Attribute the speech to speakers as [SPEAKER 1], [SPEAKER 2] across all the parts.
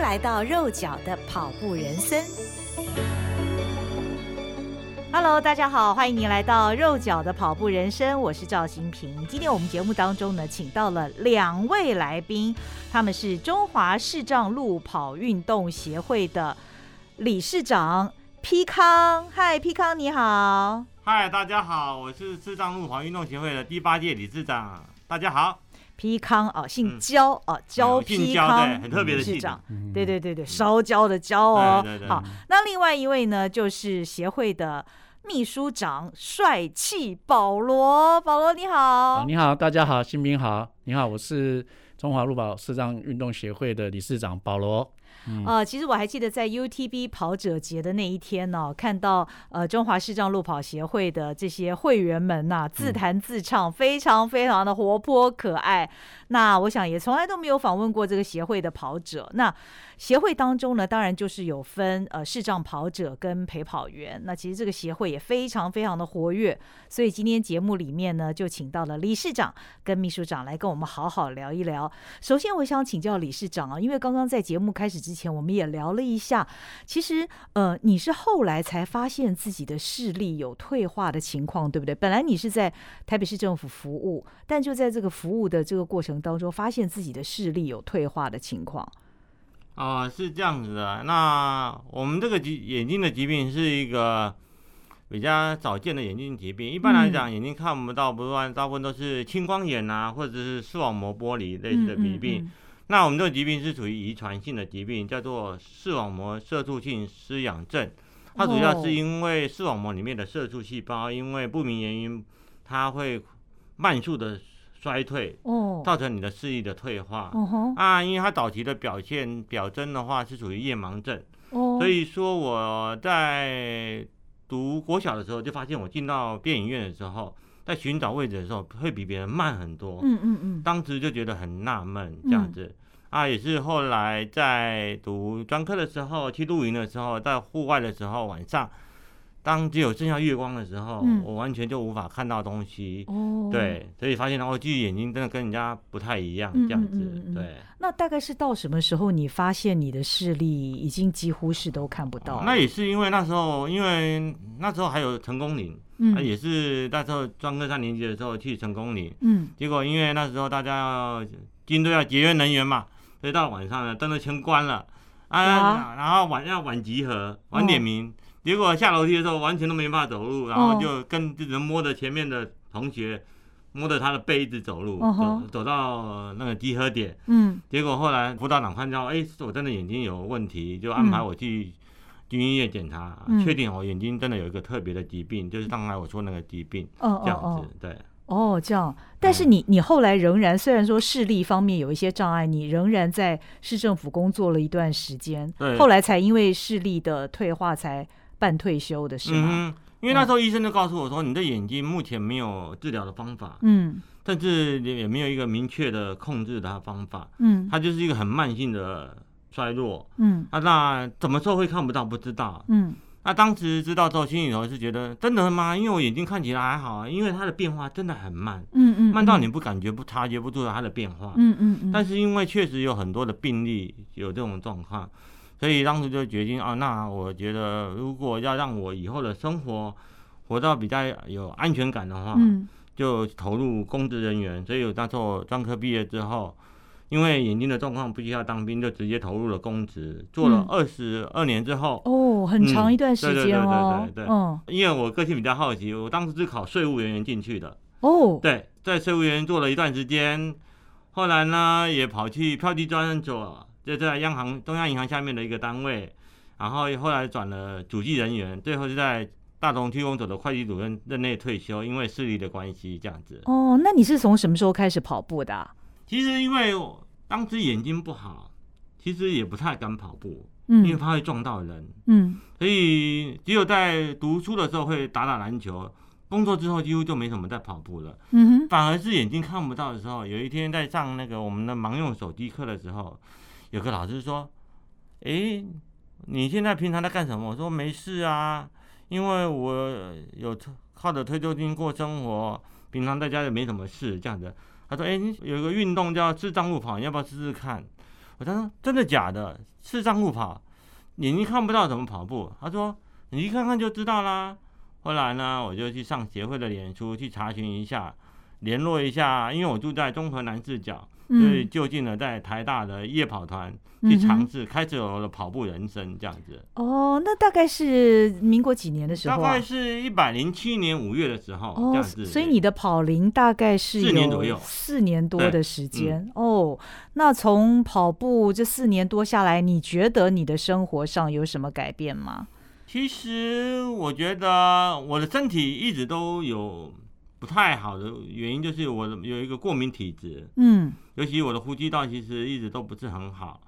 [SPEAKER 1] 来到肉脚的跑步人生。Hello，大家好，欢迎您来到肉脚的跑步人生，我是赵新平。今天我们节目当中呢，请到了两位来宾，他们是中华视障路跑运动协会的理事长皮康。嗨，皮康你好。
[SPEAKER 2] 嗨，大家好，我是智障路跑运动协会的第八届理事长，大家好。
[SPEAKER 1] 皮康哦，姓焦哦，焦
[SPEAKER 2] 嗯姓
[SPEAKER 1] 皮
[SPEAKER 2] 焦
[SPEAKER 1] 康
[SPEAKER 2] 对很特别的
[SPEAKER 1] 理事
[SPEAKER 2] 姓
[SPEAKER 1] 长，
[SPEAKER 3] 嗯
[SPEAKER 1] 对对对对，烧焦的焦哦
[SPEAKER 2] 对对。对
[SPEAKER 1] 好，那另外一位呢，就是协会的秘书长，帅气保罗，保罗你
[SPEAKER 3] 好，
[SPEAKER 1] 好。
[SPEAKER 3] 你好，大家好，新兵好，你好，我是中华路跑视障运动协会的理事长保罗。
[SPEAKER 1] 呃，其实我还记得在 UTB 跑者节的那一天呢、看到呃中华视障路跑协会的这些会员们呐、自弹自唱，非常非常的活泼可爱。那我想也从来都没有访问过这个协会的跑者。那协会当中呢，当然就是有分呃视障跑者跟陪跑员。那其实这个协会也非常非常的活跃，所以今天节目里面呢，就请到了理事长跟秘书长来跟我们好好聊一聊。首先，我想请教理事长啊，因为刚刚在节目开始之前，我们也聊了一下，其实呃，你是后来才发现自己的视力有退化的情况，对不对？本来你是在台北市政府服务，但就在这个服务的这个过程当中，发现自己的视力有退化的情况。
[SPEAKER 2] 哦、是这样子的。那我们这个疾眼睛的疾病是一个比较少见的眼睛疾病。一
[SPEAKER 1] 嗯
[SPEAKER 2] 般来讲，眼睛看不到，不然大部分都是青光眼啊，或者是视网膜剥离类似的疾病。
[SPEAKER 1] 嗯
[SPEAKER 2] 那我们这个疾病是属于遗传性的疾病，叫做视网膜色素性失养症。它主要
[SPEAKER 1] 哦
[SPEAKER 2] 是因为视网膜里面的色素细胞因为不明原因，它会慢速的衰退，
[SPEAKER 1] 嗯嗯哦，
[SPEAKER 2] 造成你的视力的退化。
[SPEAKER 1] 嗯哼，
[SPEAKER 2] 啊，因为它早期的表现表征的话是属于夜盲症，
[SPEAKER 1] 哦，
[SPEAKER 2] 所以说我在读国小的时候就发现，我进到电影院的时候，在寻找位置的时候会比别人慢很多。
[SPEAKER 1] 嗯嗯嗯，
[SPEAKER 2] 当时就觉得很纳闷，这样子、啊，也是后来在读专科的时候，去露营的时候，在户外的时候，晚上当只有剩下月光的时候，
[SPEAKER 1] 嗯
[SPEAKER 2] 我完全就无法看到东西。
[SPEAKER 1] 哦，。
[SPEAKER 2] 对，所以发现哦，自己眼睛真的跟人家不太一样，
[SPEAKER 1] 嗯
[SPEAKER 2] 这样子，
[SPEAKER 1] 嗯嗯嗯
[SPEAKER 2] 对。
[SPEAKER 1] 那大概是到什么时候，你发现你的视力已经几乎是都看不到了？
[SPEAKER 2] 哦那也是因为那时候，因为那时候还有成功岭，
[SPEAKER 1] 嗯
[SPEAKER 2] 啊也是那时候专科三年级的时候去成功岭，
[SPEAKER 1] 嗯
[SPEAKER 2] 结果因为那时候大家要军队要节约能源嘛，所以到晚上呢灯都全关了
[SPEAKER 1] 哇
[SPEAKER 2] 啊，然后晚要晚集合，晚点名，结果下楼梯的时候完全都没办法走路，然
[SPEAKER 1] 哦
[SPEAKER 2] 后就跟就只能摸着前面的同学，摸着他的背一直走路，
[SPEAKER 1] 嗯哼
[SPEAKER 2] 走走到那个集合点，
[SPEAKER 1] 嗯
[SPEAKER 2] 结果后来辅导长看到，哎、我真的眼睛有问题，就安排
[SPEAKER 1] 嗯
[SPEAKER 2] 我去军医院检查，
[SPEAKER 1] 嗯
[SPEAKER 2] 确定我眼睛真的有一个特别的疾病，就是刚才我说那个疾病、
[SPEAKER 1] 哦哦
[SPEAKER 2] 这样子。
[SPEAKER 1] 哦
[SPEAKER 2] 对，
[SPEAKER 1] 哦，这样。但
[SPEAKER 2] 嗯
[SPEAKER 1] 是你你后来仍然虽然说视力方面有一些障碍，你仍然在市政府工作了一段时间，
[SPEAKER 2] 对
[SPEAKER 1] 后来才因为视力的退化才半退休的是吗？
[SPEAKER 2] 嗯哼，因为那时候医生就告诉我说，你的眼睛目前没有治疗的方法，
[SPEAKER 1] 嗯
[SPEAKER 2] 但是也没有一个明确的控制它的方法，
[SPEAKER 1] 嗯
[SPEAKER 2] 它就是一个很慢性的衰落。
[SPEAKER 1] 嗯
[SPEAKER 2] 啊，那怎么时候会看不到不知道。
[SPEAKER 1] 嗯
[SPEAKER 2] 那当时知道之后，心里头是觉得真的吗？因为我眼睛看起来还好，啊，因为它的变化真的很慢。
[SPEAKER 1] 嗯嗯，
[SPEAKER 2] 慢到你不感觉不察觉不出它的变化。
[SPEAKER 1] 嗯嗯嗯，
[SPEAKER 2] 但
[SPEAKER 1] 是
[SPEAKER 2] 是因为确实有很多的病例有这种状况，所以当时就决定啊，那我觉得如果要让我以后的生活活到比较有安全感的话，
[SPEAKER 1] 嗯
[SPEAKER 2] 就投入公职人员。所以我那时候专科毕业之后。因为眼睛的状况不需要当兵，就直接投入了公职，做
[SPEAKER 1] 嗯
[SPEAKER 2] 了二十二年之后，
[SPEAKER 1] 哦，很长
[SPEAKER 2] 嗯
[SPEAKER 1] 一段时
[SPEAKER 2] 对对
[SPEAKER 1] 间
[SPEAKER 2] 对对
[SPEAKER 1] 哦，
[SPEAKER 2] 对对
[SPEAKER 1] 嗯
[SPEAKER 2] 因为我个性比较好奇，我当时是考税务人员进去的，
[SPEAKER 1] 哦，
[SPEAKER 2] 对，在税务员做了一段时间，后来呢也跑去票据专案所，就在央行中央银行下面的一个单位，然后后来转了主计人员，最后是在大同区公所的会计主任任内退休，因为视力的关系这样子。
[SPEAKER 1] 哦，那你是从什么时候开始跑步的啊？
[SPEAKER 2] 其实因为我当时眼睛不好，其实也不太敢跑步，因为
[SPEAKER 1] 嗯
[SPEAKER 2] 怕会撞到人，
[SPEAKER 1] 嗯
[SPEAKER 2] 所以只有在读书的时候会打打篮球，工作之后几乎就没什么在跑步了。
[SPEAKER 1] 嗯哼，
[SPEAKER 2] 反而是眼睛看不到的时候，有一天在上那个我们的盲用手机课的时候，有个老师说：“诶、你现在平常在干什么？”我说：“没事啊，因为我有靠着退休金过生活，平常在家也没什么事这样子。”他说：“诶、你有一个运动叫智障路跑，你要不要试试看？”我他说：“真的假的？视障路跑，眼睛看不到怎么跑步？他说你去看看就知道啦。后来呢，我就去上协会的脸书去查询一下，联络一下，因为我住在中和南四角，所以
[SPEAKER 1] 嗯，
[SPEAKER 2] 就近的在台大的夜跑团
[SPEAKER 1] 嗯
[SPEAKER 2] 去
[SPEAKER 1] 哼
[SPEAKER 2] 尝试，开始我的跑步人生这样子。
[SPEAKER 1] 哦，那大概是民国几年的时
[SPEAKER 2] 大
[SPEAKER 1] 候啊
[SPEAKER 2] 概？是一百零七年五月的时候，这
[SPEAKER 1] 哦，
[SPEAKER 2] 样子。
[SPEAKER 1] 所以你的跑龄大概是
[SPEAKER 2] 四年左右
[SPEAKER 1] 有四年多
[SPEAKER 2] 对嗯
[SPEAKER 1] 的时间、哦。那从跑步这四年多下来，你觉得你的生活上有什么改变吗？
[SPEAKER 2] 其实我觉得我的身体一直都有不太好的原因，就是我的有一个过敏体质，
[SPEAKER 1] 嗯
[SPEAKER 2] 尤其我的呼吸道其实一直都不是很好。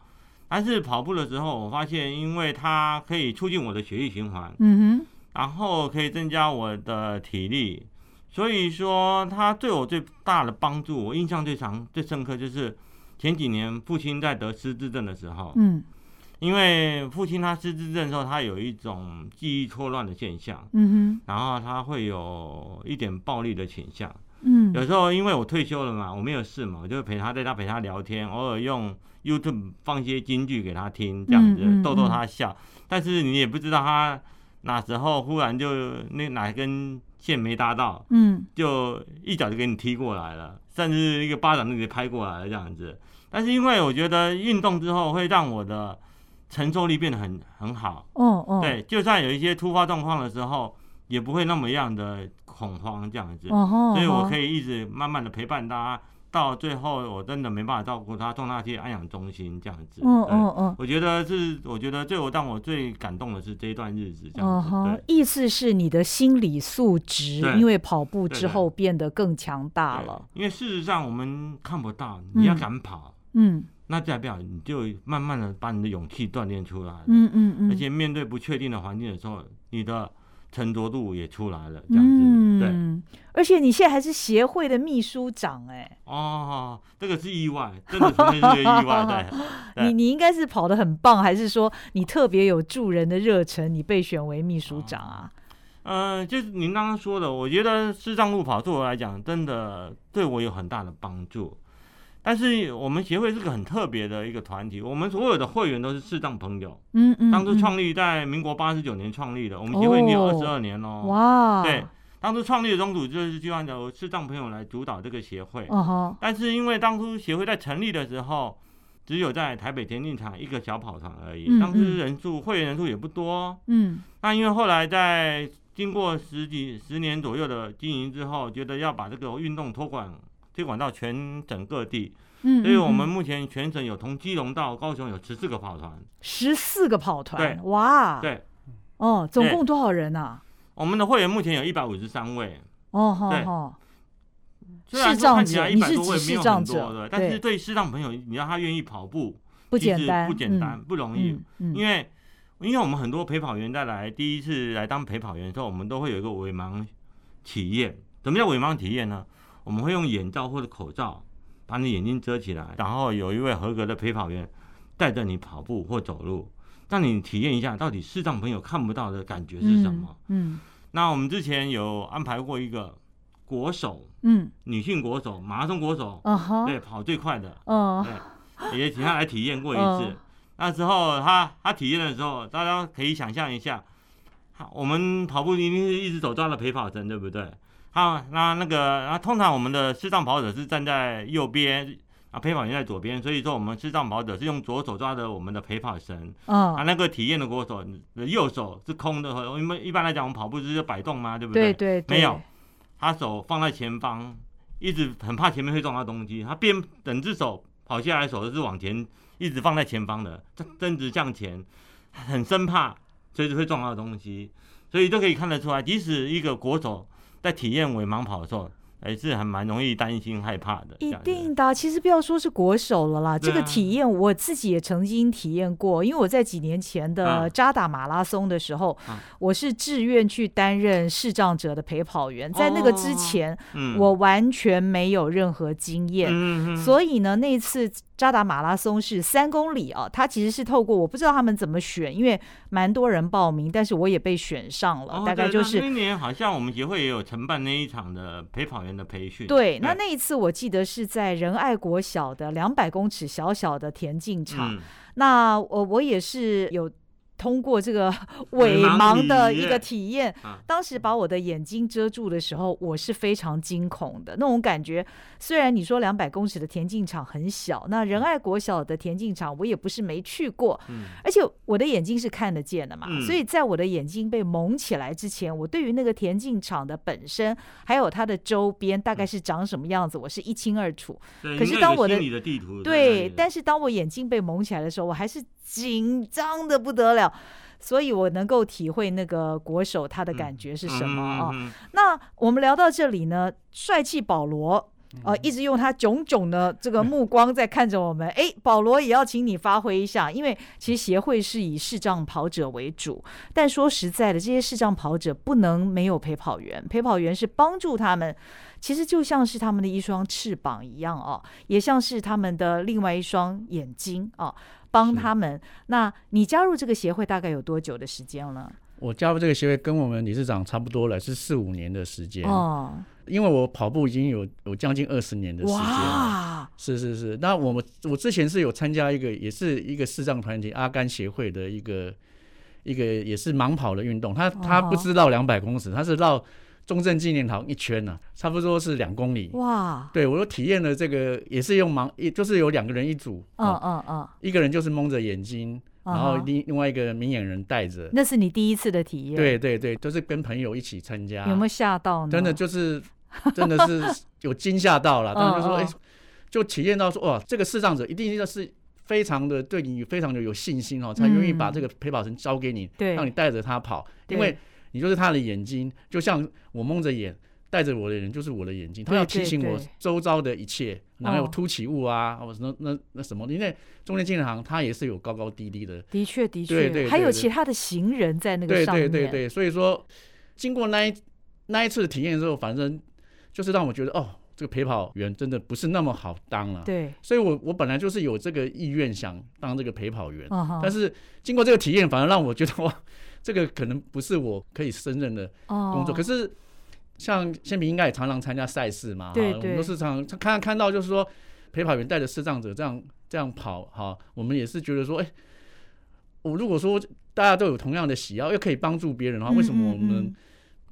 [SPEAKER 2] 但是跑步的时候，我发现因为它可以促进我的血液循环，
[SPEAKER 1] 嗯
[SPEAKER 2] 然后可以增加我的体力，所以说它对我最大的帮助，我印象最长、最深刻就是前几年父亲在得失智症的时候
[SPEAKER 1] 哼，嗯
[SPEAKER 2] 因为父亲他失智症的时候，他有一种记忆错乱的现象。
[SPEAKER 1] 嗯
[SPEAKER 2] 然后他会有一点暴力的倾向。
[SPEAKER 1] 哼嗯
[SPEAKER 2] 有时候因为我退休了嘛，我没有事嘛，我就陪他在家陪他聊天，偶尔用 YouTube 放一些京剧给他听，这样子
[SPEAKER 1] 嗯嗯
[SPEAKER 2] 逗逗他笑。但是你也不知道他哪时候忽然就那哪根线没搭到，
[SPEAKER 1] 嗯
[SPEAKER 2] 就一脚就给你踢过来了，甚至一个巴掌就给你拍过来了这样子。但是因为我觉得运动之后会让我的承受力变得很很好，
[SPEAKER 1] 哦哦
[SPEAKER 2] 对，就算有一些突发状况的时候，也不会那么样的恐慌这样子，
[SPEAKER 1] 哦吼，
[SPEAKER 2] 所以我可
[SPEAKER 1] 以
[SPEAKER 2] 以一直慢慢的陪伴他，到最后我真的没办法照顾他，送他去安养中心这样子。
[SPEAKER 1] 哦
[SPEAKER 2] 对
[SPEAKER 1] 哦
[SPEAKER 2] 我觉得是，我觉得最我让我最感动的是这一段日子这
[SPEAKER 1] 哦哦
[SPEAKER 2] 样子。
[SPEAKER 1] 吼
[SPEAKER 2] 对，
[SPEAKER 1] 意思是你的心理素质
[SPEAKER 2] 对
[SPEAKER 1] 因为跑步
[SPEAKER 2] 对
[SPEAKER 1] 之
[SPEAKER 2] 对
[SPEAKER 1] 后变得更强大
[SPEAKER 2] 对
[SPEAKER 1] 了。
[SPEAKER 2] 因为事实上我们看不到，你要
[SPEAKER 1] 嗯
[SPEAKER 2] 敢跑，
[SPEAKER 1] 嗯
[SPEAKER 2] 那代表你就慢慢的把你的勇气锻炼出来了。
[SPEAKER 1] 嗯嗯嗯，
[SPEAKER 2] 而且面对不确定的环境的时候，你的沉着度也出来了，这样子。对。
[SPEAKER 1] 嗯，而且你现在还是协会的秘书长哎、
[SPEAKER 2] 哦，这个是意外，真的纯粹是个意 外，对，对
[SPEAKER 1] 你你应该是跑得很棒，还是说你特别有助人的热忱，你被选为秘书长啊？
[SPEAKER 2] 嗯、就是您刚刚说的，我觉得视障路跑对我来讲，真的对我有很大的帮助。但是我们协会是个很特别的一个团体，我们所有的会员都是视障朋友。
[SPEAKER 1] 嗯嗯，
[SPEAKER 2] 当初
[SPEAKER 1] 嗯
[SPEAKER 2] 创立在民国八十九年创立的，我们协会已经有
[SPEAKER 1] 哦
[SPEAKER 2] 二十二年喽。
[SPEAKER 1] 哇，
[SPEAKER 2] 对，当初创立的宗旨就是希望由视障朋友来主导这个协会。
[SPEAKER 1] 哦吼，
[SPEAKER 2] 但是因为当初协会在成立的时候，只有在台北田径场一个小跑团而已
[SPEAKER 1] 嗯，
[SPEAKER 2] 当时人数会员人数也不多。
[SPEAKER 1] 嗯
[SPEAKER 2] 那因为后来在经过十几十年左右的经营之后，觉得要把这个运动托管推广到全省各地，
[SPEAKER 1] 嗯，
[SPEAKER 2] 所以我
[SPEAKER 1] 嗯
[SPEAKER 2] 们目前全省有从基隆到高雄有十四个跑团。
[SPEAKER 1] 十四个跑团，
[SPEAKER 2] 对
[SPEAKER 1] 哇，，
[SPEAKER 2] 对，
[SPEAKER 1] 哦，总
[SPEAKER 2] 对
[SPEAKER 1] 共多少人啊？
[SPEAKER 2] 我们的会员目前有一百五十三位。
[SPEAKER 1] 哦吼
[SPEAKER 2] 对
[SPEAKER 1] 吼，
[SPEAKER 2] 虽然
[SPEAKER 1] 视
[SPEAKER 2] 说
[SPEAKER 1] 障
[SPEAKER 2] 看起
[SPEAKER 1] 者
[SPEAKER 2] 来
[SPEAKER 1] 你
[SPEAKER 2] 一
[SPEAKER 1] 是
[SPEAKER 2] 百多位
[SPEAKER 1] 指
[SPEAKER 2] 没有
[SPEAKER 1] 视障
[SPEAKER 2] 很多
[SPEAKER 1] 者
[SPEAKER 2] 的，但
[SPEAKER 1] 对
[SPEAKER 2] 是对视障朋友，你让他愿意跑步，
[SPEAKER 1] 不
[SPEAKER 2] 其实
[SPEAKER 1] 简单，
[SPEAKER 2] 不简单，不容
[SPEAKER 1] 嗯，
[SPEAKER 2] 易。
[SPEAKER 1] 嗯，
[SPEAKER 2] 因
[SPEAKER 1] 为
[SPEAKER 2] 为因为我们很多陪跑员在来第一次来当陪跑员的时候，我们都会有一个伪盲体验。什么叫伪盲体验呢？我们会用眼罩或者口罩把你眼睛遮起来，然后有一位合格的陪跑员带着你跑步或走路，让你体验一下到底视障朋友看不到的感觉是什么。？
[SPEAKER 1] 嗯
[SPEAKER 2] 那我们之前有安排过一个国手，
[SPEAKER 1] 嗯，
[SPEAKER 2] 女性国手，马拉松国手，
[SPEAKER 1] 哦吼，
[SPEAKER 2] 对，跑最快的，
[SPEAKER 1] 嗯
[SPEAKER 2] 也请他来体验过一
[SPEAKER 1] 嗯
[SPEAKER 2] 次。那时候他他体验的时候，大家可以想象一下，好我们跑步一定是一只手抓着陪跑绳，对不对？好，那那个啊，通常我们的视障跑者是站在右边，啊，陪跑员在左边，所以说我们视障跑者是用左手抓着我们的陪跑绳，啊，
[SPEAKER 1] 嗯，
[SPEAKER 2] 那个体验的国手的右手是空的，因为一般来讲我们跑步就是摆动嘛，对不
[SPEAKER 1] 对对，对
[SPEAKER 2] 没有，他手放在前方，一直很怕前面会撞到东西。他变整只手跑下来，手是往前，一直放在前方的，正正直向前，很生怕随时会撞到东西。所以都可以看得出来，即使一个国手在体验伪盲跑的时候，也是很蛮容易担心害怕的。这
[SPEAKER 1] 一
[SPEAKER 2] 样子
[SPEAKER 1] 定的啊，其实不要说是国手了啦，
[SPEAKER 2] 对
[SPEAKER 1] 这个
[SPEAKER 2] 啊
[SPEAKER 1] 体验我自己也曾经体验过，因为我在几年前的
[SPEAKER 2] 啊
[SPEAKER 1] 扎打马拉松的时候，
[SPEAKER 2] 啊
[SPEAKER 1] 我是志愿去担任视障者的陪跑员，在那个之前，
[SPEAKER 2] 嗯
[SPEAKER 1] 我完全没有任何经验。
[SPEAKER 2] 嗯嗯嗯
[SPEAKER 1] 所以呢，那次扎达马拉松是三公里哦，它其实是透过我不知道他们怎么选，因为蛮多人报名，但是我也被选上了，
[SPEAKER 2] 哦
[SPEAKER 1] 大概
[SPEAKER 2] 对
[SPEAKER 1] 就
[SPEAKER 2] 那
[SPEAKER 1] 是
[SPEAKER 2] 那年好像我们协会也有承办那一场的陪跑员的培训。
[SPEAKER 1] 对，那那一次我记得是在仁爱国小的两百公尺小小的田径场，
[SPEAKER 2] 嗯
[SPEAKER 1] 那我我也是有。通过这 个
[SPEAKER 2] 伪
[SPEAKER 1] 伪
[SPEAKER 2] 盲
[SPEAKER 1] 盲的
[SPEAKER 2] 体
[SPEAKER 1] 一个
[SPEAKER 2] 验
[SPEAKER 1] 体验
[SPEAKER 2] 啊，
[SPEAKER 1] 当时把我的眼睛遮住的时候，我是非常惊恐的那种感觉。虽然你说两百公尺的田径场很小，那仁爱国小的田径场我也不是没去过，
[SPEAKER 2] 嗯
[SPEAKER 1] 而且我的眼睛是看得见的嘛，
[SPEAKER 2] 嗯
[SPEAKER 1] 所以在我的眼睛被蒙起来之前，我对于那个田径场的本身，还有它的周边大
[SPEAKER 2] 嗯
[SPEAKER 1] 概是长什么样子，我是一清二楚。
[SPEAKER 2] 对
[SPEAKER 1] 可
[SPEAKER 2] 应
[SPEAKER 1] 是
[SPEAKER 2] 该有
[SPEAKER 1] 当
[SPEAKER 2] 个
[SPEAKER 1] 我的
[SPEAKER 2] 心理的地图在那里
[SPEAKER 1] 对，
[SPEAKER 2] 的
[SPEAKER 1] 但是当我眼睛被蒙起来的时候，我还是紧张的不得了，所以我能够体会那个国手他的感觉是什么啊、
[SPEAKER 2] 嗯嗯嗯
[SPEAKER 1] 那我们聊到这里呢，帅气保罗。
[SPEAKER 3] 嗯
[SPEAKER 1] 呃，一直用他炯炯的这个目光在看着我 们。哎，保罗也要请你发挥一下，因为其实协会是以视障跑者为主，但说实在的，这些视障跑者不能没有陪跑员，陪跑员是帮助他们，其实就像是他们的一双翅膀一样哦，也像是他们的另外一双眼睛哦，帮
[SPEAKER 2] 是
[SPEAKER 1] 他们。那你加入这个协会大概有多久的时间了？
[SPEAKER 3] 我加入这个协会跟我们理事长差不多了，是四五年的时间。
[SPEAKER 1] 哦，
[SPEAKER 3] 因为我跑步已经有有将近二十年的时间啊了。
[SPEAKER 1] 哇，
[SPEAKER 3] 是是是，那我们我之前是有参加一个，也是一个视障团体阿甘协会的一个一个也是盲跑的运动，他他
[SPEAKER 1] 哦
[SPEAKER 3] 不是绕两百公尺，他是绕中正纪念堂一圈呢、差不多是两公里。
[SPEAKER 1] 哇，
[SPEAKER 3] 对我又体验了这个，也是用盲，也就是有两个人一组，
[SPEAKER 1] 嗯
[SPEAKER 3] 哦
[SPEAKER 1] 嗯嗯，
[SPEAKER 3] 一个人就是蒙着眼睛，然后另另外一个明眼人带着。
[SPEAKER 1] 那是你第一次的体验，，
[SPEAKER 3] 对对对，都是跟朋友一起参加。
[SPEAKER 1] 有没有吓到呢？
[SPEAKER 3] 真的就是真的是有惊吓到了，当然就说哎、
[SPEAKER 1] 嗯嗯
[SPEAKER 3] 就体验到说哇，这个视障者一定要是非常的对你非常的有信心哦，才愿意把
[SPEAKER 1] 嗯
[SPEAKER 3] 这个陪跑绳交给你，
[SPEAKER 1] 对
[SPEAKER 3] 让你带着他跑，
[SPEAKER 1] 对
[SPEAKER 3] 因为你就是他的眼睛，就像我蒙着眼。带着我的人就是我的眼睛，他
[SPEAKER 1] 对
[SPEAKER 3] 要
[SPEAKER 1] 对
[SPEAKER 3] 提醒我
[SPEAKER 1] 对
[SPEAKER 3] 周遭的一切，哪有
[SPEAKER 1] 哦
[SPEAKER 3] 凸起物啊，或者那那那什么？因为中间建行它也是有高高低低的，
[SPEAKER 1] 的确的确，
[SPEAKER 3] 对对对
[SPEAKER 1] 还有
[SPEAKER 3] 对
[SPEAKER 1] 其他的行人在那个
[SPEAKER 3] 对
[SPEAKER 1] 上
[SPEAKER 3] 对
[SPEAKER 1] 面，
[SPEAKER 3] 对对，所以说经过那一那一次的体验之后，反正就是让我觉得哦，这个陪跑员真的不是那么好当了、
[SPEAKER 1] 对
[SPEAKER 3] 所以我我本来就是有这个意愿想当这个陪跑员，
[SPEAKER 1] 嗯哼
[SPEAKER 3] 但是经过这个体验，反而让我觉得哇，这个可能不是我可以胜任的工
[SPEAKER 1] 哦
[SPEAKER 3] 作。可是像先平应该也常常参加赛事嘛，哈
[SPEAKER 1] 对
[SPEAKER 3] 我
[SPEAKER 1] 对
[SPEAKER 3] 们都是常常看看到就是说陪跑员带着视障者这样这样跑哈，我们也是觉得说，哎、我如果说大家都有同样的喜好，又可以帮助别人的话，为什么我
[SPEAKER 1] 嗯嗯
[SPEAKER 3] 们
[SPEAKER 1] 嗯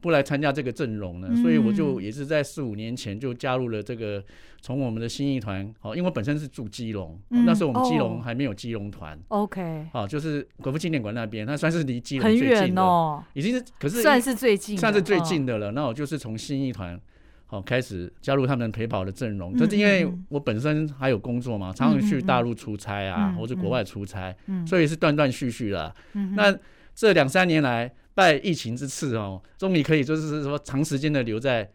[SPEAKER 3] 不来参加这个阵容呢？
[SPEAKER 1] 嗯
[SPEAKER 3] 所以我就也是在四五年前就加入了这个，从我们的新艺团，好，因为我本身是住基隆，
[SPEAKER 1] 嗯
[SPEAKER 3] 那时候我们基隆
[SPEAKER 1] 哦
[SPEAKER 3] 还没有基隆团。
[SPEAKER 1] OK
[SPEAKER 3] 好，就是国父纪念馆那边，那算是离基隆
[SPEAKER 1] 很
[SPEAKER 3] 最
[SPEAKER 1] 远
[SPEAKER 3] 近的，
[SPEAKER 1] 哦，
[SPEAKER 3] 已经是可是
[SPEAKER 1] 算是最近的，
[SPEAKER 3] 算是最近
[SPEAKER 1] 嗯
[SPEAKER 3] 的了。那我就是从新一团好、开始加入他们陪跑的阵容，
[SPEAKER 1] 嗯
[SPEAKER 3] 但是因为
[SPEAKER 1] 嗯嗯
[SPEAKER 3] 我本身还有工作嘛，常常去大陆出差啊，
[SPEAKER 1] 嗯嗯
[SPEAKER 3] 或者国外出差，
[SPEAKER 1] 嗯
[SPEAKER 3] 所以是断断续续啦。
[SPEAKER 1] 嗯哼
[SPEAKER 3] 那这两三年来，拜疫情之赐哦，终于可以就是说长时间的留在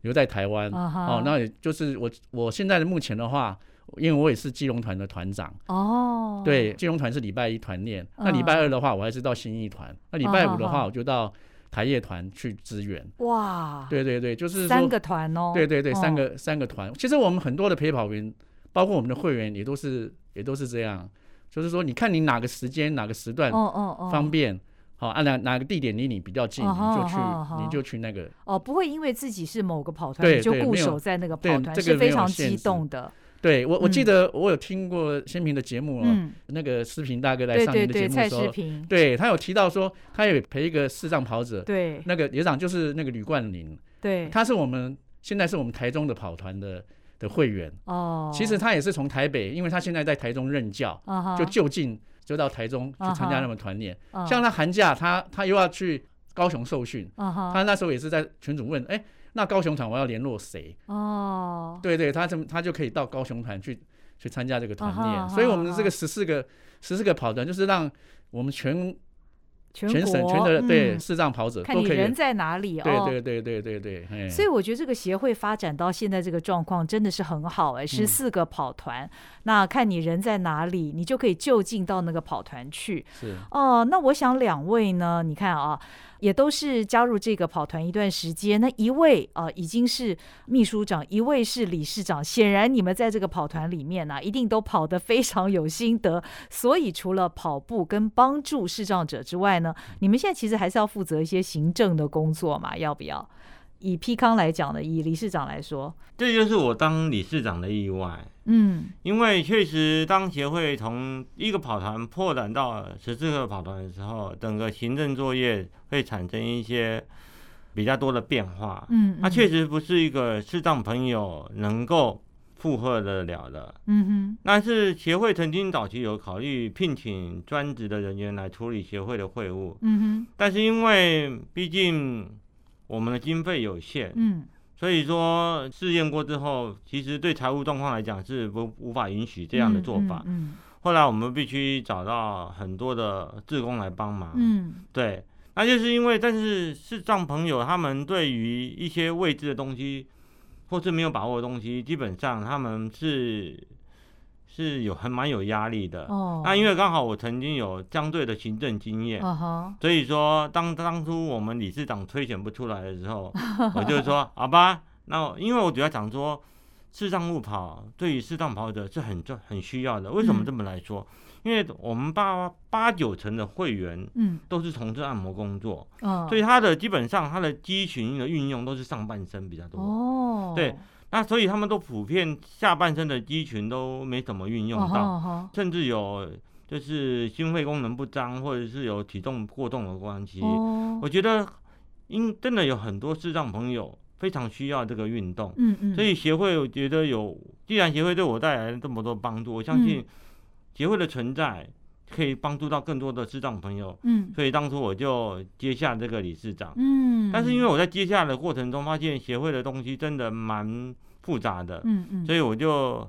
[SPEAKER 3] 留在台湾、
[SPEAKER 1] 啊哈
[SPEAKER 3] 哦。那也就是我我现在的目前的话。因为我也是基隆团的团长，
[SPEAKER 1] 哦，
[SPEAKER 3] 对，基隆团是礼拜一团练，那礼拜二的话我还是到新义团，那礼拜五的
[SPEAKER 1] 啊哈
[SPEAKER 3] 话我就到台业团去支援。
[SPEAKER 1] 哇，
[SPEAKER 3] 对对对，就是
[SPEAKER 1] 啊三
[SPEAKER 3] 说，
[SPEAKER 1] 个团哦，
[SPEAKER 3] 对对对，三
[SPEAKER 1] 哦
[SPEAKER 3] 个三个团。其实我们很多的陪跑员，包括我们的会员，也都是也都是这样，就是说，你看你哪个时间哪个时段
[SPEAKER 1] 哦哦哦，
[SPEAKER 3] 方便，好啊哪哪个地点离你比较近，
[SPEAKER 1] 哦
[SPEAKER 3] 你就
[SPEAKER 1] 哦哦
[SPEAKER 3] 去
[SPEAKER 1] 哦
[SPEAKER 3] 你就去那个。
[SPEAKER 1] 哦，不会因为自己是某个跑团，
[SPEAKER 3] 对
[SPEAKER 1] 你就
[SPEAKER 3] 对
[SPEAKER 1] 固
[SPEAKER 3] 没有
[SPEAKER 1] 守在那个
[SPEAKER 3] 对
[SPEAKER 1] 跑团，
[SPEAKER 3] 这
[SPEAKER 1] 是
[SPEAKER 3] 个
[SPEAKER 1] 非
[SPEAKER 3] 没有
[SPEAKER 1] 常
[SPEAKER 3] 限
[SPEAKER 1] 激
[SPEAKER 3] 制
[SPEAKER 1] 动的，
[SPEAKER 3] 对我我
[SPEAKER 1] 嗯
[SPEAKER 3] 记得我有听过先平的节目哦，
[SPEAKER 1] 嗯，
[SPEAKER 3] 那个视频大哥来
[SPEAKER 1] 对
[SPEAKER 3] 上
[SPEAKER 1] 对
[SPEAKER 3] 您的
[SPEAKER 1] 对，
[SPEAKER 3] 节目
[SPEAKER 1] 蔡
[SPEAKER 3] 的时
[SPEAKER 1] 诗
[SPEAKER 3] 候，
[SPEAKER 1] 平，
[SPEAKER 3] 对他有提到说他有陪一个视障跑者，
[SPEAKER 1] 对
[SPEAKER 3] 那个连长就是那个吕冠霖，
[SPEAKER 1] 对，
[SPEAKER 3] 他是我们现在是我们台中的跑团的的会员。
[SPEAKER 1] 哦，
[SPEAKER 3] 其实他也是从台北，因为他现在在台中任教，
[SPEAKER 1] 啊哈
[SPEAKER 3] 就就近就到台中去
[SPEAKER 1] 啊哈
[SPEAKER 3] 参加他们团练。
[SPEAKER 1] 嗯
[SPEAKER 3] 像他寒假，他他又要去高雄受训，
[SPEAKER 1] 啊哈
[SPEAKER 3] 他那时候也是在群主问，哎，那高雄团我要联络谁？
[SPEAKER 1] 哦，
[SPEAKER 3] 对对，他怎么他就可以到高雄团去去参加这个团
[SPEAKER 1] 啊哈啊哈
[SPEAKER 3] 练。所以我们这
[SPEAKER 1] 啊哈
[SPEAKER 3] 个十四个十四个跑团，就是让我们全
[SPEAKER 1] 全
[SPEAKER 3] 全省
[SPEAKER 1] 国
[SPEAKER 3] 全的对
[SPEAKER 1] 嗯
[SPEAKER 3] 视障跑者
[SPEAKER 1] 看
[SPEAKER 3] 都
[SPEAKER 1] 你
[SPEAKER 3] 可以。
[SPEAKER 1] 人在哪里哦。
[SPEAKER 3] 对对对对对对，嘿
[SPEAKER 1] 所以我觉得这个协会发展到现在这个状况真的是很好哎、
[SPEAKER 3] 嗯
[SPEAKER 1] 十四个跑团，那看你人在哪里，你就可以就近到那个跑团去。
[SPEAKER 3] 是
[SPEAKER 1] 哦、那我想两位呢，你看啊，也都是加入这个跑团一段时间。那一位啊、呃已经是秘书长，一位是理事长。显然你们在这个跑团里面呢、一定都跑得非常有心得。所以除了跑步跟帮助视障者之外呢，你们现在其实还是要负责一些行政的工作嘛？要不要？以 P 康来讲的，以理事长来说，
[SPEAKER 2] 这就是我当理事长的意外。
[SPEAKER 1] 嗯
[SPEAKER 2] 因为确实，当协会从一个跑团扩展到十四个跑团的时候，整个行政作业会产生一些比较多的变化。
[SPEAKER 1] 嗯，
[SPEAKER 2] 它啊确实不是一个视障朋友能够负荷得了的。
[SPEAKER 1] 嗯
[SPEAKER 2] 但是协会曾经早期有考虑聘请专职的人员来处理协会的会务，
[SPEAKER 1] 哼嗯
[SPEAKER 2] 但是因为毕竟我们的经费有限
[SPEAKER 1] 哼，嗯
[SPEAKER 2] 所以说试验过之后，其实对财务状况来讲是不无法允许这样的做法。
[SPEAKER 1] 嗯
[SPEAKER 2] 后来我们必须找到很多的志工来帮忙。，
[SPEAKER 1] 嗯
[SPEAKER 2] 对，那就是因为但是视障朋友他们对于一些未知的东西或是没有把握的东西，基本上他们是是有很蛮有压力的。
[SPEAKER 1] 哦，
[SPEAKER 2] 嗯啊那因为刚好我曾经有相对的行政经验，
[SPEAKER 1] 啊哈，
[SPEAKER 2] 所以说，当当初我们理事长推选不出来的 时候，我就说好吧，那我因为我主要想说，适当路跑对于适当跑者是很重很需要的。为什么
[SPEAKER 1] 嗯
[SPEAKER 2] 这么来说？因为我们八八九成的会员
[SPEAKER 1] 嗯
[SPEAKER 2] 都是从事按摩工作，
[SPEAKER 1] 嗯，
[SPEAKER 2] 所以他的基本上他的肌群的运用都是上半身比较多。
[SPEAKER 1] 哦，
[SPEAKER 2] 对那所以他们都普遍下半身的肌群都没怎么运用
[SPEAKER 1] 哦
[SPEAKER 2] 到。
[SPEAKER 1] 哈哈
[SPEAKER 2] 甚至有就是心肺功能不彰，或者是有体重过重的关系。
[SPEAKER 1] 哦，
[SPEAKER 2] 我觉得因真的有很多视障朋友非常需要这个运动，
[SPEAKER 1] 嗯嗯，
[SPEAKER 2] 所以协会我觉得有，既然协会对我带来了这么多帮助，我相信
[SPEAKER 1] 嗯
[SPEAKER 2] 协会的存在可以帮助到更多的视障朋友，
[SPEAKER 1] 嗯
[SPEAKER 2] 所以当初我就接下这个理事长。
[SPEAKER 1] 嗯，
[SPEAKER 2] 但是因为我在接下的过程中发现协会的东西真的蛮复杂的，
[SPEAKER 1] 嗯嗯，
[SPEAKER 2] 所以我就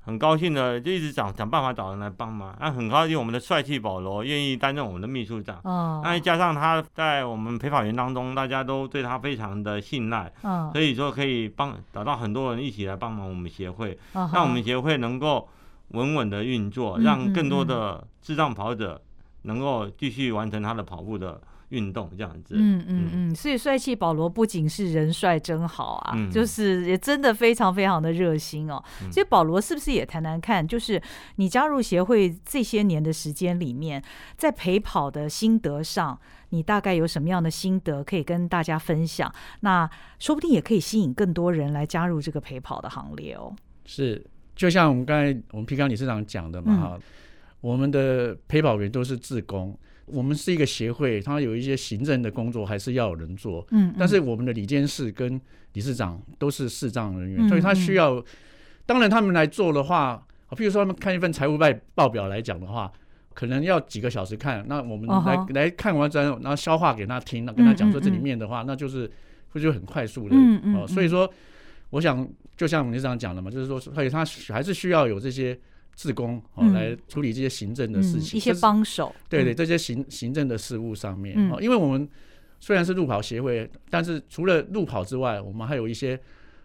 [SPEAKER 2] 很高兴的就一直想想办法找人来帮忙。那、很高兴我们的帅气保罗愿意担任我们的秘书长，
[SPEAKER 1] 啊，
[SPEAKER 2] 那、加上他在我们陪跑员当中，大家都对他非常的信赖，
[SPEAKER 1] 嗯，
[SPEAKER 2] 所以说可以帮找到很多人一起来帮忙我们协会，让
[SPEAKER 1] 那
[SPEAKER 2] 我们协会能够稳稳的运作，
[SPEAKER 1] 哦嗯
[SPEAKER 2] 让
[SPEAKER 1] 嗯
[SPEAKER 2] 更多
[SPEAKER 1] 嗯
[SPEAKER 2] 的智障跑者能够继续完成他的跑步的运动，这样子。
[SPEAKER 1] 嗯嗯嗯，所以帅气保罗不仅是人帅真好啊，
[SPEAKER 2] 嗯
[SPEAKER 1] 就是也真的非常非常的热心哦。
[SPEAKER 2] 嗯
[SPEAKER 1] 所以保罗是不是也谈谈看，就是你加入协会这些年的时间里面，在陪跑的心得上，你大概有什么样的心得可以跟大家分享？那说不定也可以吸引更多人来加入这个陪跑的行列哦。
[SPEAKER 3] 是，就像我们刚才我们皮康理事长讲的嘛
[SPEAKER 1] 嗯
[SPEAKER 3] 哈、我们的陪跑员都是志工，我们是一个协会，它有一些行政的工作还是要有人做，
[SPEAKER 1] 嗯，
[SPEAKER 3] 但是我们的理监事跟理事长都是视障人员，
[SPEAKER 1] 嗯
[SPEAKER 3] 所以他
[SPEAKER 1] 嗯
[SPEAKER 3] 需要，当然他们来做的话，譬如说他们看一份财务报报表来讲的话。可能要几个小时看，那我们
[SPEAKER 1] 哦
[SPEAKER 3] 来、
[SPEAKER 1] 吼
[SPEAKER 3] 来看完之后，然后消化给他听，跟他讲说
[SPEAKER 1] 嗯嗯
[SPEAKER 3] 这里
[SPEAKER 1] 嗯
[SPEAKER 3] 面的话，那就是会就很快速的，
[SPEAKER 1] 嗯嗯
[SPEAKER 3] 哦，所以
[SPEAKER 1] 嗯
[SPEAKER 3] 说，我想就像我们理事长讲的嘛，就是说，所以他还是需要有这些志工哦、
[SPEAKER 1] 嗯
[SPEAKER 3] 来处理这些行政的
[SPEAKER 1] 嗯
[SPEAKER 3] 事情，
[SPEAKER 1] 一些
[SPEAKER 3] 这是
[SPEAKER 1] 帮手，
[SPEAKER 3] 对对，
[SPEAKER 1] 嗯，
[SPEAKER 3] 这些行行政的事务上面、
[SPEAKER 1] 嗯
[SPEAKER 3] 哦，因为我们虽然是路跑协会，但是除了路跑之外，我们还有一些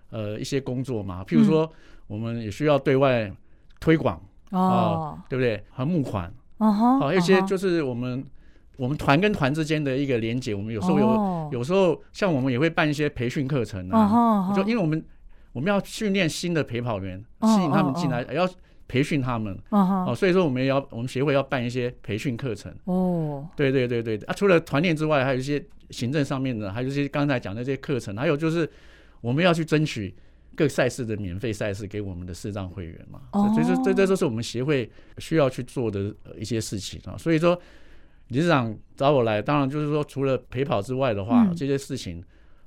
[SPEAKER 3] 呃一些工作嘛，
[SPEAKER 1] 嗯
[SPEAKER 3] 譬如说我们也需要对外推广，
[SPEAKER 1] 哦，
[SPEAKER 3] 对不对？和募款，
[SPEAKER 1] 哦哈，
[SPEAKER 3] 好、一些就是我们我们团跟团之间的一个连接，我们有
[SPEAKER 1] 有
[SPEAKER 3] 时候有、有时候像我们也会办一些培训课程啊，
[SPEAKER 1] 哦，
[SPEAKER 3] 就因
[SPEAKER 1] 为
[SPEAKER 3] 为我们我们要训练新的陪跑员，
[SPEAKER 1] 哦
[SPEAKER 3] 吸引他们进来，也要培训他们
[SPEAKER 1] 哦哈
[SPEAKER 3] 哦，所以说我们也要我们协会要办一些培训课程。
[SPEAKER 1] 哦，
[SPEAKER 3] 对对对对，啊，除了团练之外，还有一些行政上面的，还有一些刚才讲的这些课程，还有就是我们要去争取各赛事的免费赛事给我们的视障会员嘛。
[SPEAKER 1] 哦
[SPEAKER 3] 这这这这都是我们协会需要去做的呃一些事情啊。所以说，理事长找我来，当然就是说，除了陪跑之外的话，
[SPEAKER 1] 嗯
[SPEAKER 3] 这些事情。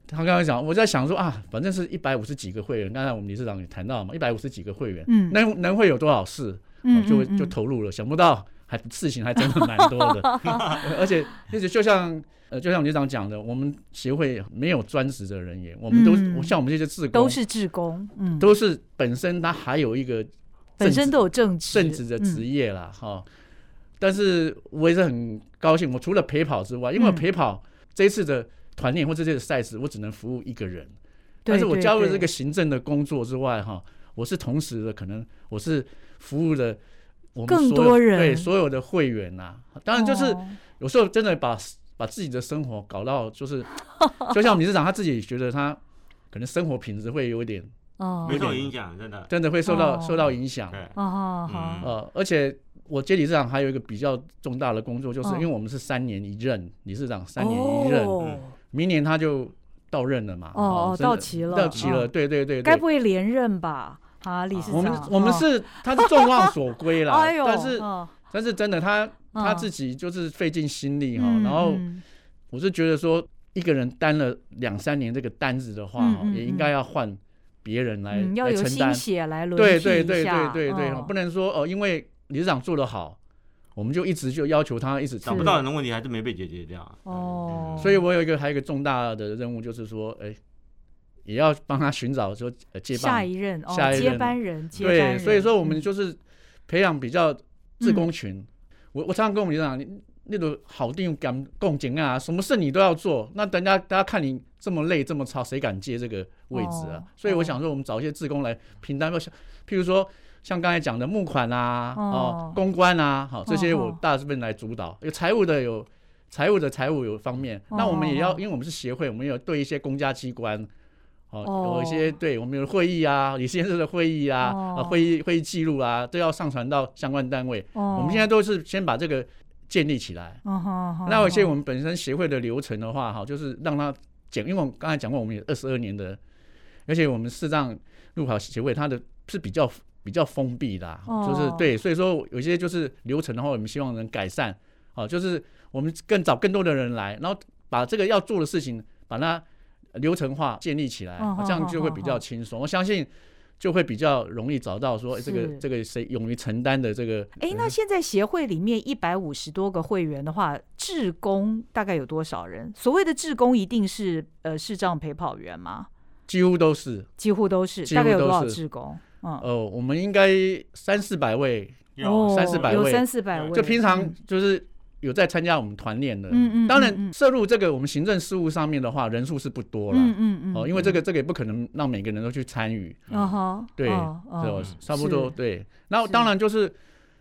[SPEAKER 3] 他刚刚讲，我在想说啊，反正是一百五十几个会员，刚才我们理事长也谈到嘛，一百五十几个会员，
[SPEAKER 1] 嗯
[SPEAKER 3] 能能会有多少事？
[SPEAKER 1] 嗯，
[SPEAKER 3] 哦就会
[SPEAKER 1] 嗯
[SPEAKER 3] 就
[SPEAKER 1] 嗯
[SPEAKER 3] 投入了，想不到还事情还真的蛮多 的，呃而且而且就像呃就像你长讲的，我们协会没有专职的人员，我们都、
[SPEAKER 1] 嗯
[SPEAKER 3] 我像我们这些志工
[SPEAKER 1] 都是志工，嗯，
[SPEAKER 3] 都是本身他还有一个
[SPEAKER 1] 本
[SPEAKER 3] 正
[SPEAKER 1] 身
[SPEAKER 3] 职
[SPEAKER 1] 都有正职，嗯
[SPEAKER 3] 正职的职业啦，哈、但是我也是很高兴，我除了陪跑之外，因为我
[SPEAKER 1] 嗯
[SPEAKER 3] 陪跑这一次的团练或这次的赛事，我只能服务一个人，
[SPEAKER 1] 嗯，
[SPEAKER 3] 但是
[SPEAKER 1] 对
[SPEAKER 3] 我
[SPEAKER 1] 对
[SPEAKER 3] 加入了
[SPEAKER 1] 对
[SPEAKER 3] 这个行政的工作之外，哈，我是同时的，可能我是服务了我们
[SPEAKER 1] 更
[SPEAKER 3] 所有
[SPEAKER 1] 多人
[SPEAKER 3] 啊对所有的会员呐、当然，就是
[SPEAKER 1] 哦
[SPEAKER 3] 有时候真的把把自己的生活搞到就是，就像理事长他自己也觉得他可能生活品质会有一点，
[SPEAKER 1] 哦
[SPEAKER 2] 没受影响，真的。
[SPEAKER 3] 真的会受到、受到
[SPEAKER 1] 哦
[SPEAKER 3] 影响。
[SPEAKER 2] 对，
[SPEAKER 1] 哦哦哦
[SPEAKER 2] 嗯
[SPEAKER 3] 呃，而且我接理事长还有一个比较重大的工作，就是
[SPEAKER 1] 嗯
[SPEAKER 3] 因为我们是三年一任理事长，三年一任，嗯
[SPEAKER 1] 哦
[SPEAKER 3] 明年他就到任了嘛。
[SPEAKER 1] 哦哦，
[SPEAKER 3] 真的
[SPEAKER 1] 到齐了，
[SPEAKER 3] 到齐了，
[SPEAKER 1] 哦，
[SPEAKER 3] 对对对
[SPEAKER 1] 该
[SPEAKER 3] 对
[SPEAKER 1] 不。会连任吧？啊，理事长，
[SPEAKER 3] 我们
[SPEAKER 1] 哦
[SPEAKER 3] 我们，是他是众望所归啦，
[SPEAKER 1] 哎呦，
[SPEAKER 3] 但是
[SPEAKER 1] 嗯
[SPEAKER 3] 但是真的他他
[SPEAKER 1] 嗯
[SPEAKER 3] 自己就是费尽心力哈，
[SPEAKER 1] 嗯
[SPEAKER 3] 然后
[SPEAKER 1] 嗯
[SPEAKER 3] 我是觉得说一个人担了两三年这个单子的话
[SPEAKER 1] 嗯
[SPEAKER 3] 哈，
[SPEAKER 1] 嗯
[SPEAKER 3] 也应该要换别人来
[SPEAKER 1] 嗯要
[SPEAKER 3] 来
[SPEAKER 1] 有
[SPEAKER 3] 承
[SPEAKER 1] 心
[SPEAKER 3] 担，
[SPEAKER 1] 血来轮
[SPEAKER 3] 对
[SPEAKER 1] 替
[SPEAKER 3] 对
[SPEAKER 1] 一
[SPEAKER 3] 对对
[SPEAKER 1] 下
[SPEAKER 3] 对对，
[SPEAKER 1] 嗯
[SPEAKER 3] 不能说哦，因为理事长做得好，我们就一直就要求他一直
[SPEAKER 2] 找不
[SPEAKER 1] 是
[SPEAKER 2] 到人的问题还是没被解决掉。对
[SPEAKER 1] 哦
[SPEAKER 3] 所以我有一个还有一个重大的任务就是说，哎，也要帮他寻找说呃接
[SPEAKER 1] 下
[SPEAKER 3] 棒
[SPEAKER 1] 一任哦，
[SPEAKER 3] 下一
[SPEAKER 1] 接
[SPEAKER 3] 任
[SPEAKER 1] 班人，接班
[SPEAKER 3] 对，
[SPEAKER 1] 人
[SPEAKER 3] 所以说我们
[SPEAKER 1] 嗯
[SPEAKER 3] 就是培养比较志
[SPEAKER 1] 嗯
[SPEAKER 3] 工群。我我常常跟我们理事长，你那种好定感共情啊，什么事你都要做。那人家大家看你这么累这么操，谁敢接这个位置啊？
[SPEAKER 1] 哦
[SPEAKER 3] 所以我
[SPEAKER 1] 哦
[SPEAKER 3] 想说，我们找一些志工来平摊，像譬如说像刚才讲的募款啊、哦、
[SPEAKER 1] 哦
[SPEAKER 3] 公关啊，好、这些
[SPEAKER 1] 哦
[SPEAKER 3] 我
[SPEAKER 1] 哦
[SPEAKER 3] 大部分来主导。有财务的有。财务的财务有方面，那我们也要，
[SPEAKER 1] 哦
[SPEAKER 3] 因为我们是协会，我们有对一些公家机关，哦，有
[SPEAKER 1] 哦
[SPEAKER 3] 一些对我们有会议啊，李先生的会议啊，啊
[SPEAKER 1] 哦
[SPEAKER 3] 会议会议记录啊，都要上传到相关单位。
[SPEAKER 1] 哦，
[SPEAKER 3] 我们现在都是先把这个建立起来。
[SPEAKER 1] 哦，哦哦
[SPEAKER 3] 那有一些
[SPEAKER 1] 哦
[SPEAKER 3] 我们本身协会的流程的话，哈，就是让它简，因为我们刚才讲过，我们有二十二年的，而且我们视障路跑协会它的是比较比较封闭的啊、
[SPEAKER 1] 哦
[SPEAKER 3] 就是对，所以说有一些就是流程的话，我们希望能改善，好、就是我们更找更多的人来，然后把这个要做的事情把它流程化建立起来，
[SPEAKER 1] 哦
[SPEAKER 3] 啊这样就会比较轻松，我相信。就会比较容易找到说哎这个
[SPEAKER 1] 是
[SPEAKER 3] 这个谁勇于承担的这个
[SPEAKER 1] 哎，那现在协会里面一百五十多个会员的话，志工大概有多少人？所谓的志工一定是呃视障陪跑员吗？
[SPEAKER 3] 几乎都是
[SPEAKER 1] 几乎都是，
[SPEAKER 3] 几
[SPEAKER 1] 大概有
[SPEAKER 3] 乎都
[SPEAKER 1] 多少
[SPEAKER 3] 是
[SPEAKER 1] 志工？嗯，
[SPEAKER 3] 呃，我们应该三四百位，
[SPEAKER 2] 有
[SPEAKER 1] 哦
[SPEAKER 3] 三四百
[SPEAKER 1] 有
[SPEAKER 3] 位
[SPEAKER 1] 三四百位，
[SPEAKER 3] 就平常
[SPEAKER 1] 嗯
[SPEAKER 3] 就是有在参加我们团练的。
[SPEAKER 1] 嗯嗯
[SPEAKER 3] 当
[SPEAKER 1] 嗯
[SPEAKER 3] 然，
[SPEAKER 1] 嗯
[SPEAKER 3] 涉入这个我们行政事务上面的话，人数是不多了。
[SPEAKER 1] 嗯嗯嗯，
[SPEAKER 3] 哦，因为这个这个也不可能让每个人都去参与，
[SPEAKER 1] 嗯哈，
[SPEAKER 3] 对
[SPEAKER 1] 哦
[SPEAKER 3] 对吧
[SPEAKER 1] 哦，
[SPEAKER 3] 差不多
[SPEAKER 1] 是
[SPEAKER 3] 对。然后当然就是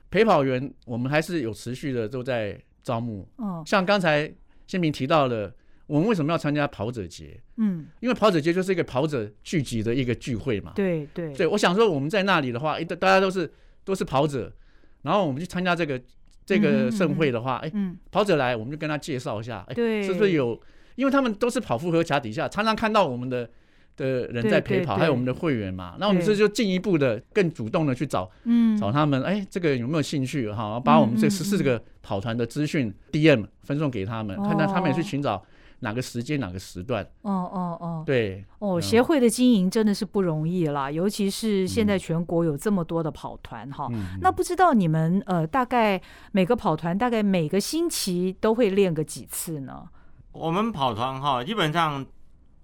[SPEAKER 3] 陪跑员，我们还是有持续的都在招募。
[SPEAKER 1] 哦
[SPEAKER 3] 像刚才先平提到了，我们为什么要参加跑者节？
[SPEAKER 1] 嗯，
[SPEAKER 3] 因为跑者节就是一个跑者聚集的一个聚会嘛。
[SPEAKER 1] 对对
[SPEAKER 3] 对，我想说我们在那里的话，诶大大家都是都是跑者，然后我们去参加这个这个
[SPEAKER 1] 嗯哼
[SPEAKER 3] 盛会
[SPEAKER 1] 嗯
[SPEAKER 3] 的话，哎、
[SPEAKER 1] 嗯
[SPEAKER 3] 跑者来，我们就跟他介绍一下，哎，
[SPEAKER 1] 对，
[SPEAKER 3] 是不是有？因为他们都是跑复合侠底下，常常看到我们的的人
[SPEAKER 1] 对
[SPEAKER 3] 在
[SPEAKER 1] 对
[SPEAKER 3] 陪跑，
[SPEAKER 1] 对
[SPEAKER 3] 还有我们的会员嘛，那我们这
[SPEAKER 1] 对
[SPEAKER 3] 就进一步的更主动的去找
[SPEAKER 1] 嗯
[SPEAKER 3] 找他们，哎，这个有没有兴趣哈？把我们这
[SPEAKER 1] 嗯嗯
[SPEAKER 3] 十四个跑团的资讯 DM 分送给他们，看看他们也去
[SPEAKER 1] 哦
[SPEAKER 3] 寻找哪个时间哪个时段，
[SPEAKER 1] 哦哦哦
[SPEAKER 3] 对，
[SPEAKER 1] 哦，
[SPEAKER 3] 嗯
[SPEAKER 1] 协会的经营真的是不容易啦，尤其是现在全国有这么多的跑团哈。
[SPEAKER 3] 嗯，
[SPEAKER 1] 那不知道你们呃，大概每个跑团大概每个星期都会练个几次呢？
[SPEAKER 2] 我们跑团哈，基本上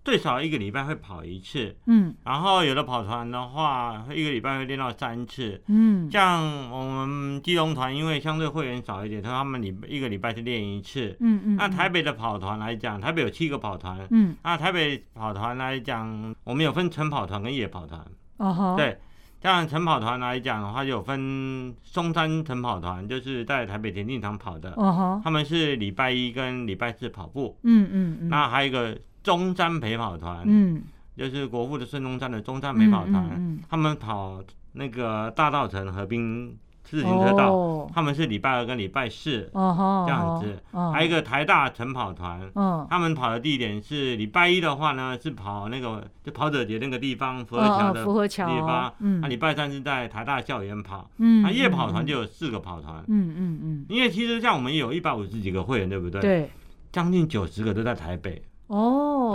[SPEAKER 2] 最少一个礼拜会跑一次，
[SPEAKER 1] 嗯
[SPEAKER 2] 然后有的跑团的话，会一个礼拜会练到三次。
[SPEAKER 1] 嗯，
[SPEAKER 2] 像我们基隆团，因为相对会员少一点，所以他们礼一个礼拜是练一次。
[SPEAKER 1] 嗯嗯，
[SPEAKER 2] 那台
[SPEAKER 1] 嗯
[SPEAKER 2] 北的跑团来讲，台北有七个跑团。
[SPEAKER 1] 嗯
[SPEAKER 2] 那台北跑团来讲，我们有分晨跑团跟夜跑团。
[SPEAKER 1] 哦哈，
[SPEAKER 2] 对，像晨跑团来讲的话，有分松山晨跑团，就是在台北田径场跑的，
[SPEAKER 1] 哦哈，
[SPEAKER 2] 他们是礼拜一跟礼拜四跑步。
[SPEAKER 1] 嗯嗯嗯，
[SPEAKER 2] 那还有一个中山陪跑团，
[SPEAKER 1] 嗯
[SPEAKER 2] 就是国父的孙中山的中山陪跑团，
[SPEAKER 1] 嗯嗯嗯
[SPEAKER 2] 他们跑那个大稻城河滨自行车道，
[SPEAKER 1] 哦
[SPEAKER 2] 他们是礼拜二跟礼拜四，
[SPEAKER 1] 哦哈，
[SPEAKER 2] 这样子
[SPEAKER 1] 哦，
[SPEAKER 2] 还有一个台大晨跑团。
[SPEAKER 1] 嗯
[SPEAKER 2] 他们跑的地点是礼拜一的话呢，是跑那个就跑者节那个地方，
[SPEAKER 1] 符
[SPEAKER 2] 福和桥的
[SPEAKER 1] 哦符合桥
[SPEAKER 2] 地方，
[SPEAKER 1] 嗯
[SPEAKER 2] 那礼拜三是在台大校园跑，
[SPEAKER 1] 嗯，
[SPEAKER 2] 那夜跑
[SPEAKER 1] 嗯
[SPEAKER 2] 团就有四个跑团，
[SPEAKER 1] 嗯嗯嗯，
[SPEAKER 2] 因为其实像我们有一百五十几个会员，对不对？，
[SPEAKER 1] 对
[SPEAKER 2] 将近九十个都在台北。
[SPEAKER 1] 哦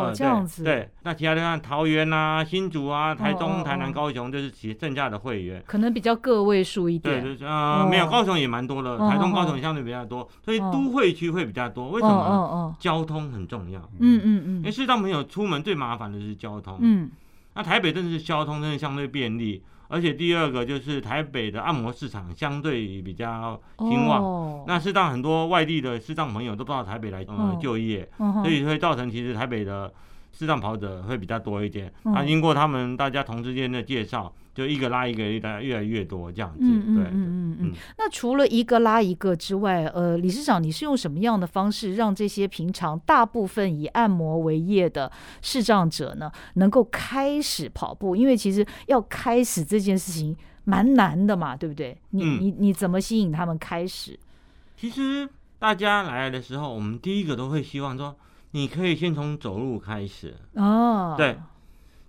[SPEAKER 2] 呃
[SPEAKER 1] 这
[SPEAKER 2] 对
[SPEAKER 1] 样子，，
[SPEAKER 2] 对，那其他地方桃园啊、新竹啊、台
[SPEAKER 1] 哦
[SPEAKER 2] 中、
[SPEAKER 1] 哦
[SPEAKER 2] 台
[SPEAKER 1] 哦
[SPEAKER 2] 南、高雄，就是其剩下的会员。
[SPEAKER 1] 可能比较个位数一
[SPEAKER 2] 对，
[SPEAKER 1] 点，
[SPEAKER 2] 就是呃，没有，
[SPEAKER 1] 哦
[SPEAKER 2] 高雄也蛮多的，
[SPEAKER 1] 哦
[SPEAKER 2] 台中、
[SPEAKER 1] 哦
[SPEAKER 2] 高
[SPEAKER 1] 哦
[SPEAKER 2] 雄相对比较多，所以
[SPEAKER 1] 哦
[SPEAKER 2] 都会区会比较多。为什
[SPEAKER 1] 哦
[SPEAKER 2] 么？
[SPEAKER 1] 哦哦，
[SPEAKER 2] 交通很重要，
[SPEAKER 1] 嗯嗯
[SPEAKER 2] 因为
[SPEAKER 1] 嗯
[SPEAKER 2] 视障朋友出门最麻烦的是交通。
[SPEAKER 1] 嗯，
[SPEAKER 2] 那台北真的是交通真的相对便利，而且第二个就是台北的按摩市场相对比较兴旺。
[SPEAKER 1] 哦，
[SPEAKER 2] 那是让很多外地的视障朋友都不到台北来呃
[SPEAKER 1] 哦
[SPEAKER 2] 就业，
[SPEAKER 1] 那
[SPEAKER 2] 所以会造成其实台北的视障跑者会比较多一点。
[SPEAKER 1] 嗯
[SPEAKER 2] 那、经过他们大家同之间的介绍，就一个拉一个，一拉越来越多这样子。
[SPEAKER 1] 嗯嗯
[SPEAKER 2] 对，
[SPEAKER 1] 嗯嗯嗯
[SPEAKER 2] 嗯。
[SPEAKER 1] 那除了一个拉一个之外，呃，理事长，你是用什么样的方式让这些平常大部分以按摩为业的视障者呢，能够开始跑步？因为其实要开始这件事情蛮难的嘛，对不对？你、
[SPEAKER 2] 嗯
[SPEAKER 1] 你你怎么吸引他们开始？
[SPEAKER 2] 其实大家来的时候，我们第一个都会希望说，你可以先从走路开始。
[SPEAKER 1] 哦，
[SPEAKER 2] 对，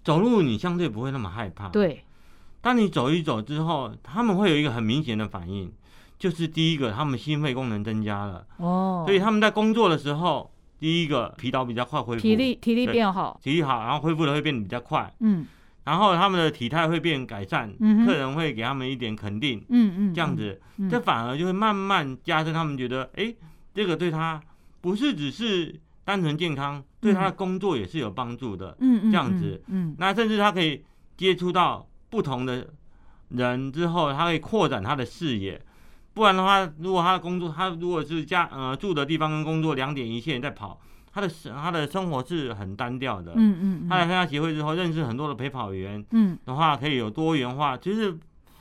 [SPEAKER 2] 走路你相对不会那么害怕。，
[SPEAKER 1] 对，
[SPEAKER 2] 当你走一走之后，他们会有一个很明显的反应，就是第一个，他们心肺功能增加了，
[SPEAKER 1] 哦，
[SPEAKER 2] 所以他们在工作的时候，第一个疲劳比较快恢复，
[SPEAKER 1] 体力体力
[SPEAKER 2] 对
[SPEAKER 1] 变好，
[SPEAKER 2] 体力好，然后恢复的会变得比较快，
[SPEAKER 1] 嗯
[SPEAKER 2] 然后他们的体态会变改善，
[SPEAKER 1] 嗯哼
[SPEAKER 2] 客人会给他们一点肯定，
[SPEAKER 1] 嗯嗯，
[SPEAKER 2] 这样
[SPEAKER 1] 嗯，
[SPEAKER 2] 子，
[SPEAKER 1] 嗯
[SPEAKER 2] 这反而就会慢慢加深他们觉得，哎、这个对他不是只是单纯健康，对他的工作也是有帮助的。
[SPEAKER 1] 嗯嗯
[SPEAKER 2] 这样子，
[SPEAKER 1] 嗯
[SPEAKER 2] 那甚至他可以接触到不同的人之后，他可以扩展他的视野。不然的话，如果他的工作，他如果是家呃住的地方跟工作两点一线在跑，他的生他的生活是很单调的。
[SPEAKER 1] 嗯嗯嗯，
[SPEAKER 2] 他来参加协会之后，认识很多的陪跑员
[SPEAKER 1] 嗯
[SPEAKER 2] 的话，可以有多元化。就是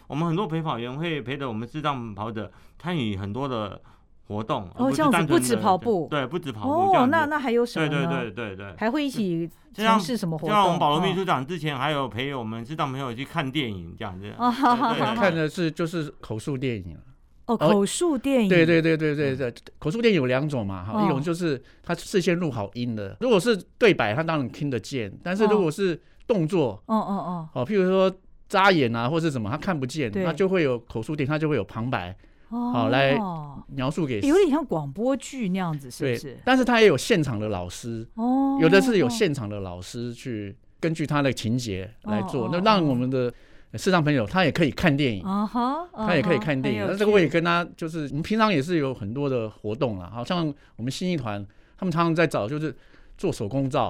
[SPEAKER 2] 我们很多陪跑员会陪着我们视障跑者参与很多的活动，而
[SPEAKER 1] 哦
[SPEAKER 2] 是
[SPEAKER 1] 这样子
[SPEAKER 2] 单纯
[SPEAKER 1] 不止
[SPEAKER 2] 的
[SPEAKER 1] 跑步
[SPEAKER 2] 对，不止跑步。这
[SPEAKER 1] 哦，
[SPEAKER 2] 样子
[SPEAKER 1] 那那还有什么
[SPEAKER 2] 对
[SPEAKER 1] 呢？
[SPEAKER 2] 对对对对。
[SPEAKER 1] 还会一起
[SPEAKER 2] 嗯就像
[SPEAKER 1] 从事什么活
[SPEAKER 2] 就
[SPEAKER 1] 动？
[SPEAKER 2] 像我们保罗秘
[SPEAKER 1] 哦
[SPEAKER 2] 书长之前还有陪我们视障朋友去看电影这样子，
[SPEAKER 1] 哦哈哈
[SPEAKER 2] 对对对
[SPEAKER 3] 看的是就是口述电影了。
[SPEAKER 1] 哦，口述电影，
[SPEAKER 3] 对对对对对对，口述电影有两种嘛，哈，
[SPEAKER 1] 嗯哦
[SPEAKER 3] 一种就是他事先录好音的，如果是对白，他当然听得见，但是如果是动作，
[SPEAKER 1] 哦，哦哦
[SPEAKER 3] 哦，譬如说眨眼啊或是什么，他看不见，
[SPEAKER 1] 对
[SPEAKER 3] 那就会有口述电影，他就会有旁白
[SPEAKER 1] 哦，
[SPEAKER 3] 好来描述给
[SPEAKER 1] 有点像广播剧那样子，是不
[SPEAKER 3] 对
[SPEAKER 1] 是，？
[SPEAKER 3] 但是他也有现场的老师，
[SPEAKER 1] 哦，
[SPEAKER 3] 有的是有现场的老师去根据他的情节来
[SPEAKER 1] 哦
[SPEAKER 3] 做，那
[SPEAKER 1] 哦
[SPEAKER 3] 让
[SPEAKER 1] 哦
[SPEAKER 3] 我们的视障朋友他也可以看电影。
[SPEAKER 1] 啊哈，
[SPEAKER 3] 他也可以看电影，那这个我也
[SPEAKER 1] 位
[SPEAKER 3] 跟他就是，我们平常也是有很多的活动啦，好像我们新艺团他们常常在找就是做手工皂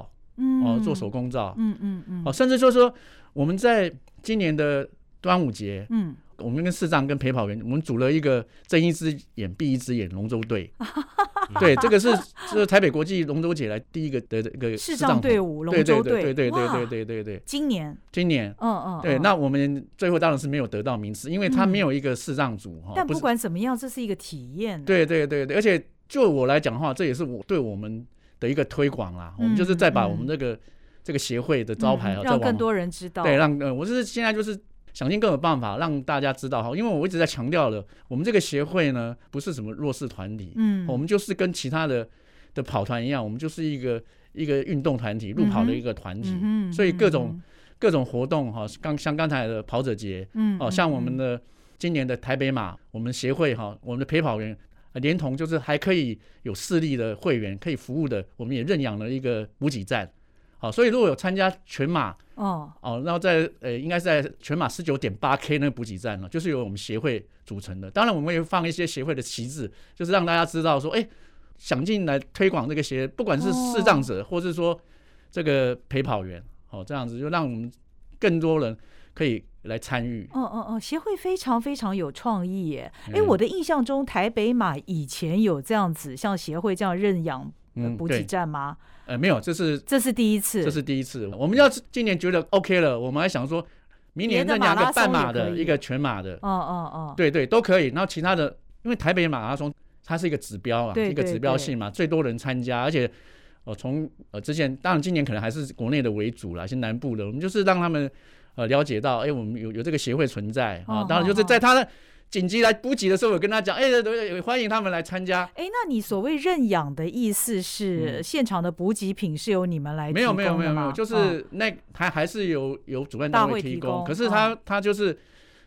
[SPEAKER 3] 哦，做手，工皂
[SPEAKER 1] 嗯嗯嗯，
[SPEAKER 3] 哦，甚至就是说我们在今年的端午节，
[SPEAKER 1] 嗯，
[SPEAKER 3] 我们跟市长跟陪跑员，我们组了一个睁一只眼闭一只眼龙舟队，对，这个是这是台北国际龙舟节来第一个的这个
[SPEAKER 1] 视
[SPEAKER 3] 视
[SPEAKER 1] 障
[SPEAKER 3] 障
[SPEAKER 1] 队伍龙
[SPEAKER 3] 对对
[SPEAKER 1] 舟
[SPEAKER 3] 对对对对
[SPEAKER 1] 哇
[SPEAKER 3] 对对对对，
[SPEAKER 1] 今年，
[SPEAKER 3] 今年。
[SPEAKER 1] 嗯嗯，
[SPEAKER 3] 对，
[SPEAKER 1] 嗯
[SPEAKER 3] 那我们最后当然是没有得到名次，因为他没有一个视障组哈，
[SPEAKER 1] 但
[SPEAKER 3] 不
[SPEAKER 1] 不
[SPEAKER 3] 是
[SPEAKER 1] 管怎么样，这是一个体验，，
[SPEAKER 3] 对对对对，而且就我来讲的话，这也是我对我们的一个推广啦。我们就是在把我们这个、这个协会的招牌啊，再
[SPEAKER 1] 嗯让
[SPEAKER 3] 往
[SPEAKER 1] 更多人知道，
[SPEAKER 3] 对，让呃，我是现在就是想尽各种办法让大家知道哈，因为我一直在强调了，我们这个协会呢不是什么弱势团体，
[SPEAKER 1] 嗯，
[SPEAKER 3] 我们就是跟其他的的跑团一样，我们就是一个一个运动团体，路跑的一个团体，
[SPEAKER 1] 嗯哼，
[SPEAKER 3] 所以各种
[SPEAKER 1] 嗯
[SPEAKER 3] 各种活动哈，刚像刚才的跑者节，
[SPEAKER 1] 嗯，
[SPEAKER 3] 哦，
[SPEAKER 1] 嗯
[SPEAKER 3] 像我们
[SPEAKER 1] 嗯
[SPEAKER 3] 的今年的台北马，我们协会哈、我们的陪跑员，呃连同就是还可以有视力的会员可以服务的，我们也认养了一个补给站。好、所以如果有参加全马
[SPEAKER 1] 哦，
[SPEAKER 3] 哦，然后在呃，应该是在全马十九点八 K 那个补给站呢，就是由我们协会组成的。当然，我们也放一些协会的旗帜，就是让大家知道说，哎，想进来推广这个协，不管是视障者，或是说这个陪跑员，哦，这样子就让我们更多人可以来参与。
[SPEAKER 1] 哦哦哦，协会非常非常有创意耶！哎、
[SPEAKER 3] 嗯
[SPEAKER 1] 我的印象中，台北马以前有这样子像协会这样认养呃
[SPEAKER 3] 嗯，
[SPEAKER 1] 补给
[SPEAKER 3] 对，
[SPEAKER 1] 站吗？
[SPEAKER 3] 呃，没有，这是
[SPEAKER 1] 这是第一次，
[SPEAKER 3] 这是第一次。我们要是今年觉得 OK 了，我们还想说，明年
[SPEAKER 1] 别
[SPEAKER 3] 再
[SPEAKER 1] 的
[SPEAKER 3] 两
[SPEAKER 1] 马
[SPEAKER 3] 个
[SPEAKER 1] 拉松
[SPEAKER 3] 半马
[SPEAKER 1] 也可
[SPEAKER 3] 的，
[SPEAKER 1] 以
[SPEAKER 3] 一个全马的，
[SPEAKER 1] 哦哦哦，
[SPEAKER 3] 对对都可以。然后其他的，因为台北马拉松它是一个指标啊，
[SPEAKER 1] 对
[SPEAKER 3] 一个
[SPEAKER 1] 对
[SPEAKER 3] 指标性嘛，最多人参加，而且。呃，从呃之前，当然今年可能还是国内的为主啦，一些南部的，我们就是让他们呃了解到，哎、我们有有这个协会存在啊，
[SPEAKER 1] 哦
[SPEAKER 3] 当然就是
[SPEAKER 1] 哦
[SPEAKER 3] 在他的紧急来补给的时候，我跟他讲，哎、对欢迎他们来参加，
[SPEAKER 1] 哎，那你所谓认养的意思是，
[SPEAKER 3] 嗯
[SPEAKER 1] 现场的补给品是由你们来
[SPEAKER 3] 没有
[SPEAKER 1] 提
[SPEAKER 3] 没有
[SPEAKER 1] 供
[SPEAKER 3] 没有
[SPEAKER 1] 的
[SPEAKER 3] 没有，
[SPEAKER 1] 吗
[SPEAKER 3] 就
[SPEAKER 1] 哦
[SPEAKER 3] 是那他还是有有主办
[SPEAKER 1] 大
[SPEAKER 3] 单
[SPEAKER 1] 会
[SPEAKER 3] 位
[SPEAKER 1] 哦提
[SPEAKER 3] 提
[SPEAKER 1] 供
[SPEAKER 3] 供，可是他他就是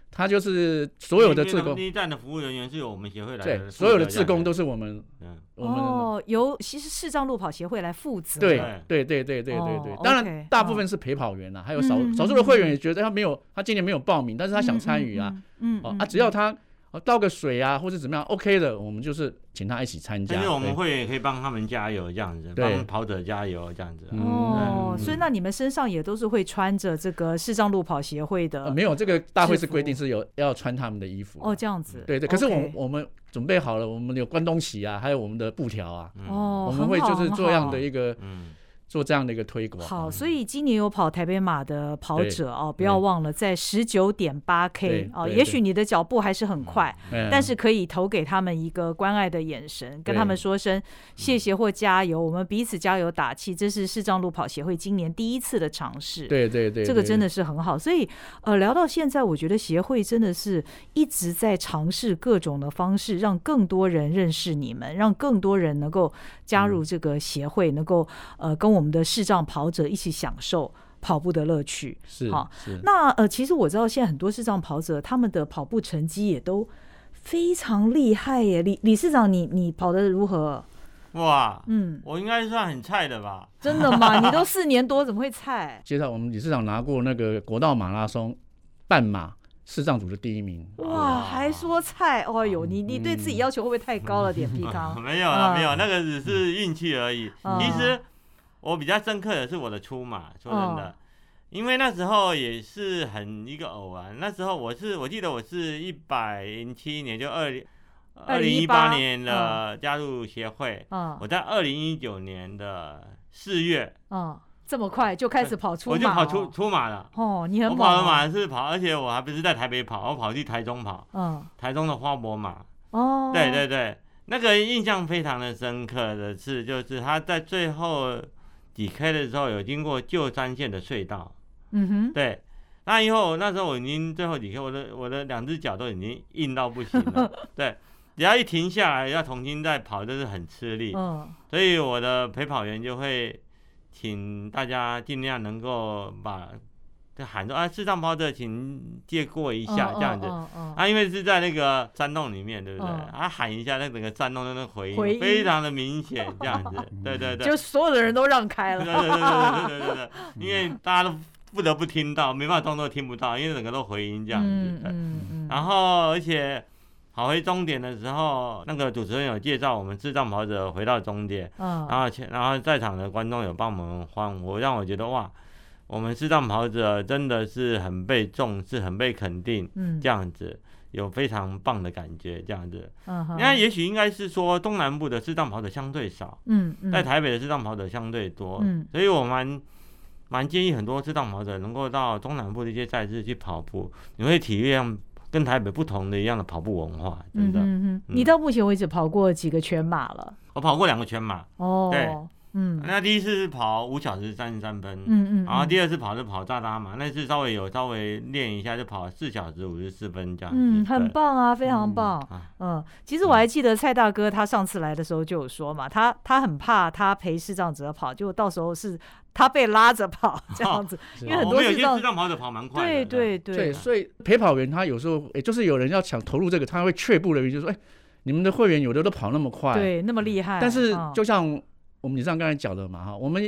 [SPEAKER 3] 他就是所有的志工，
[SPEAKER 2] 第一站的服务人员是由我们协会来
[SPEAKER 3] 对，
[SPEAKER 2] 的，
[SPEAKER 3] 所有的志工都是我们
[SPEAKER 2] 嗯，
[SPEAKER 3] 我们
[SPEAKER 1] 哦，由其实视障路跑协会来负责，
[SPEAKER 3] 对
[SPEAKER 2] 对
[SPEAKER 3] 对对对对对
[SPEAKER 1] 哦
[SPEAKER 3] 对，当
[SPEAKER 1] OK，
[SPEAKER 3] 然大
[SPEAKER 1] 哦
[SPEAKER 3] 部分是陪跑员啦，还有少
[SPEAKER 1] 嗯嗯
[SPEAKER 3] 少数的会员也觉得他没有他今年没有报名，但是他想
[SPEAKER 1] 嗯
[SPEAKER 3] 参与啊，，
[SPEAKER 1] 嗯嗯嗯
[SPEAKER 3] 哦
[SPEAKER 1] 嗯
[SPEAKER 3] 啊，只要他哦倒个水啊或者怎么样 OK 的，我们就是请他一起参加
[SPEAKER 2] 但是我，们
[SPEAKER 3] 对
[SPEAKER 2] 会也可以帮他们加油这样子，
[SPEAKER 3] 对
[SPEAKER 2] 帮跑者加油这样子。
[SPEAKER 3] 嗯
[SPEAKER 1] 哦，
[SPEAKER 2] 嗯
[SPEAKER 1] 所以那你们身上也都是会穿着这个视障路跑协会
[SPEAKER 3] 呃
[SPEAKER 1] 的
[SPEAKER 3] 没有这个大会
[SPEAKER 1] 制
[SPEAKER 3] 是规定
[SPEAKER 1] 服
[SPEAKER 3] 是有要穿他们的衣服
[SPEAKER 1] 哦，
[SPEAKER 3] 啊，
[SPEAKER 1] 这样子，
[SPEAKER 3] 对对，可是我
[SPEAKER 1] OK
[SPEAKER 3] 我们准备好了，我们有关东旗啊，还有我们的布条啊。
[SPEAKER 2] 嗯
[SPEAKER 1] 哦，
[SPEAKER 3] 我们
[SPEAKER 1] 很
[SPEAKER 3] 会
[SPEAKER 1] 好
[SPEAKER 3] 就是
[SPEAKER 1] 很
[SPEAKER 3] 这样
[SPEAKER 1] 好
[SPEAKER 3] 的一个
[SPEAKER 2] 嗯，
[SPEAKER 3] 做这样的一个推广。
[SPEAKER 1] 好，所以今年有跑台北马的跑者哦，不要
[SPEAKER 3] 嗯对
[SPEAKER 1] 忘了在十九点八 K
[SPEAKER 3] 对
[SPEAKER 1] 哦，
[SPEAKER 3] 对
[SPEAKER 1] 也
[SPEAKER 3] 对
[SPEAKER 1] 许你的脚步还是很快，
[SPEAKER 3] 嗯，
[SPEAKER 1] 但是可以投给他们一个关爱的眼神，跟
[SPEAKER 3] 对
[SPEAKER 1] 他们说声谢谢或加油，我们彼此加油打气。这是视障路跑协会今年第一次的尝试。
[SPEAKER 3] 对对对，
[SPEAKER 1] 这个
[SPEAKER 3] 对
[SPEAKER 1] 真的是很好。所以，呃，聊到现在，我觉得协会真的是一直在尝试各种的方式，让更多人认识你们，让更多人能够加
[SPEAKER 3] 嗯
[SPEAKER 1] 入这个协会，能够呃跟我们的视障跑者一起享受跑步的乐趣。
[SPEAKER 3] 是
[SPEAKER 1] 好
[SPEAKER 3] 是
[SPEAKER 1] 那呃，其实我知道现在很多视障跑者他们的跑步成绩也都。非常厉害耶，李理事长你，你跑得如何？
[SPEAKER 2] 哇，
[SPEAKER 1] 嗯，
[SPEAKER 2] 我应该算很菜的吧？
[SPEAKER 1] 真的吗？你都四年多，怎么会菜？
[SPEAKER 3] 介绍我们理事长拿过那个国道马拉松半马视障组的第一名。
[SPEAKER 1] 哇，
[SPEAKER 2] 哇
[SPEAKER 1] 还说菜，
[SPEAKER 2] 啊
[SPEAKER 1] 哦呦，你你对自己要求会不会太高了点？皮康，
[SPEAKER 2] 没有
[SPEAKER 1] 嗯
[SPEAKER 2] 了，没有，那个只是运气而已。
[SPEAKER 1] 嗯
[SPEAKER 2] 其实我比较深刻的是我的出马，说真
[SPEAKER 1] 嗯
[SPEAKER 2] 的，因为那时候也是很一个偶然。那时候我是我记得我是一百零七年，就二零二零一
[SPEAKER 1] 2018
[SPEAKER 2] 八年的加入协会，
[SPEAKER 1] 嗯
[SPEAKER 2] 我在二零一九年的四月
[SPEAKER 1] 嗯，这么快就开始跑出
[SPEAKER 2] 我就
[SPEAKER 1] 马
[SPEAKER 2] 跑
[SPEAKER 1] 哦，
[SPEAKER 2] 出出马了。
[SPEAKER 1] 哦，你很
[SPEAKER 2] 我
[SPEAKER 1] 猛
[SPEAKER 2] 跑
[SPEAKER 1] 哦
[SPEAKER 2] 的，马是跑，而且我还不是在台北跑，我跑去台中跑，
[SPEAKER 1] 嗯
[SPEAKER 2] 台中的花博马。
[SPEAKER 1] 哦，
[SPEAKER 2] 对对对，那个印象非常的深刻的是，就是他在最后几 K 的时候有经过旧山线的隧道，
[SPEAKER 1] 嗯
[SPEAKER 2] 对。那以后，那时候我已经最后几 K，我的我的两只脚都已经硬到不行了，对，只要一停下来要重新再跑，就是很吃力
[SPEAKER 1] 哼，。嗯
[SPEAKER 2] 所以我的陪跑员就会请大家尽量能够把就喊说啊，视障跑者请借过一下
[SPEAKER 1] 嗯
[SPEAKER 2] 这样子，
[SPEAKER 1] 嗯嗯嗯
[SPEAKER 2] 啊，因为是在那个山洞里面，对不对？
[SPEAKER 1] 嗯
[SPEAKER 2] 啊，喊一下，那整个山洞的那个回
[SPEAKER 1] 回音
[SPEAKER 2] 音非常的明显，这 样子，对对对，
[SPEAKER 1] 就所有的人都让开
[SPEAKER 2] 对对
[SPEAKER 1] 了，
[SPEAKER 2] 对对对对对对，因为大家都不得不听到，没办法装作听不到，因为整个都回 音这样子啊
[SPEAKER 1] 嗯。
[SPEAKER 2] 对
[SPEAKER 1] 嗯嗯，
[SPEAKER 2] 然后，而且跑回终点的时候，那个主持人有介绍我们智障跑者回到终点，
[SPEAKER 1] 嗯
[SPEAKER 2] 然后前然后在场的观众有帮我们欢呼，让我觉得哇，我们智障跑者真的是很被重视，很被肯定。
[SPEAKER 1] 嗯
[SPEAKER 2] 这样子，有非常棒的感觉，这样子。
[SPEAKER 1] 嗯哼，
[SPEAKER 2] 那也许应该是说东南部的视障跑者相对少，
[SPEAKER 1] 嗯嗯
[SPEAKER 2] 在台北的视障跑者相对多，
[SPEAKER 1] 嗯
[SPEAKER 2] 所以我蛮蛮建议很多视障跑者能够到东南部的一些赛事去跑步，你会体验跟台北不同的一样的跑步文化。
[SPEAKER 1] 嗯
[SPEAKER 2] 真的，
[SPEAKER 1] 嗯嗯，你到目前为止跑过几个全马了？
[SPEAKER 2] 我跑过两个全马，
[SPEAKER 1] 哦
[SPEAKER 2] 对，
[SPEAKER 1] 嗯
[SPEAKER 2] 那第一次是跑五小时三十三分。
[SPEAKER 1] 嗯嗯，
[SPEAKER 2] 然后
[SPEAKER 1] 嗯
[SPEAKER 2] 第二次跑是跑扎达马，那次稍微有稍微练一下，就跑四小时五十四分这样子。
[SPEAKER 1] 嗯，
[SPEAKER 2] 对
[SPEAKER 1] 很棒啊，非常棒
[SPEAKER 2] 啊。
[SPEAKER 1] 嗯，其实我还记得蔡大哥他上次来的时候就有说嘛，他他很怕他陪视障者跑，就到时候是他被拉着 跑这样子，因为
[SPEAKER 2] 哦
[SPEAKER 1] 很
[SPEAKER 2] 我
[SPEAKER 1] 多
[SPEAKER 2] 们有
[SPEAKER 1] 视
[SPEAKER 2] 些
[SPEAKER 1] 障
[SPEAKER 2] 视障跑者跑蛮快
[SPEAKER 1] 对
[SPEAKER 2] 的。
[SPEAKER 1] 对
[SPEAKER 3] 对，
[SPEAKER 1] 对，
[SPEAKER 3] 所以陪跑员他有时候，也就是有人要想投入这个，他会却步的原因就是说，哎，你们的会员有的都跑那么快，，
[SPEAKER 1] 对那么厉害，
[SPEAKER 3] 但是
[SPEAKER 1] 嗯
[SPEAKER 3] 就像我们以上刚才讲的嘛，哈，我们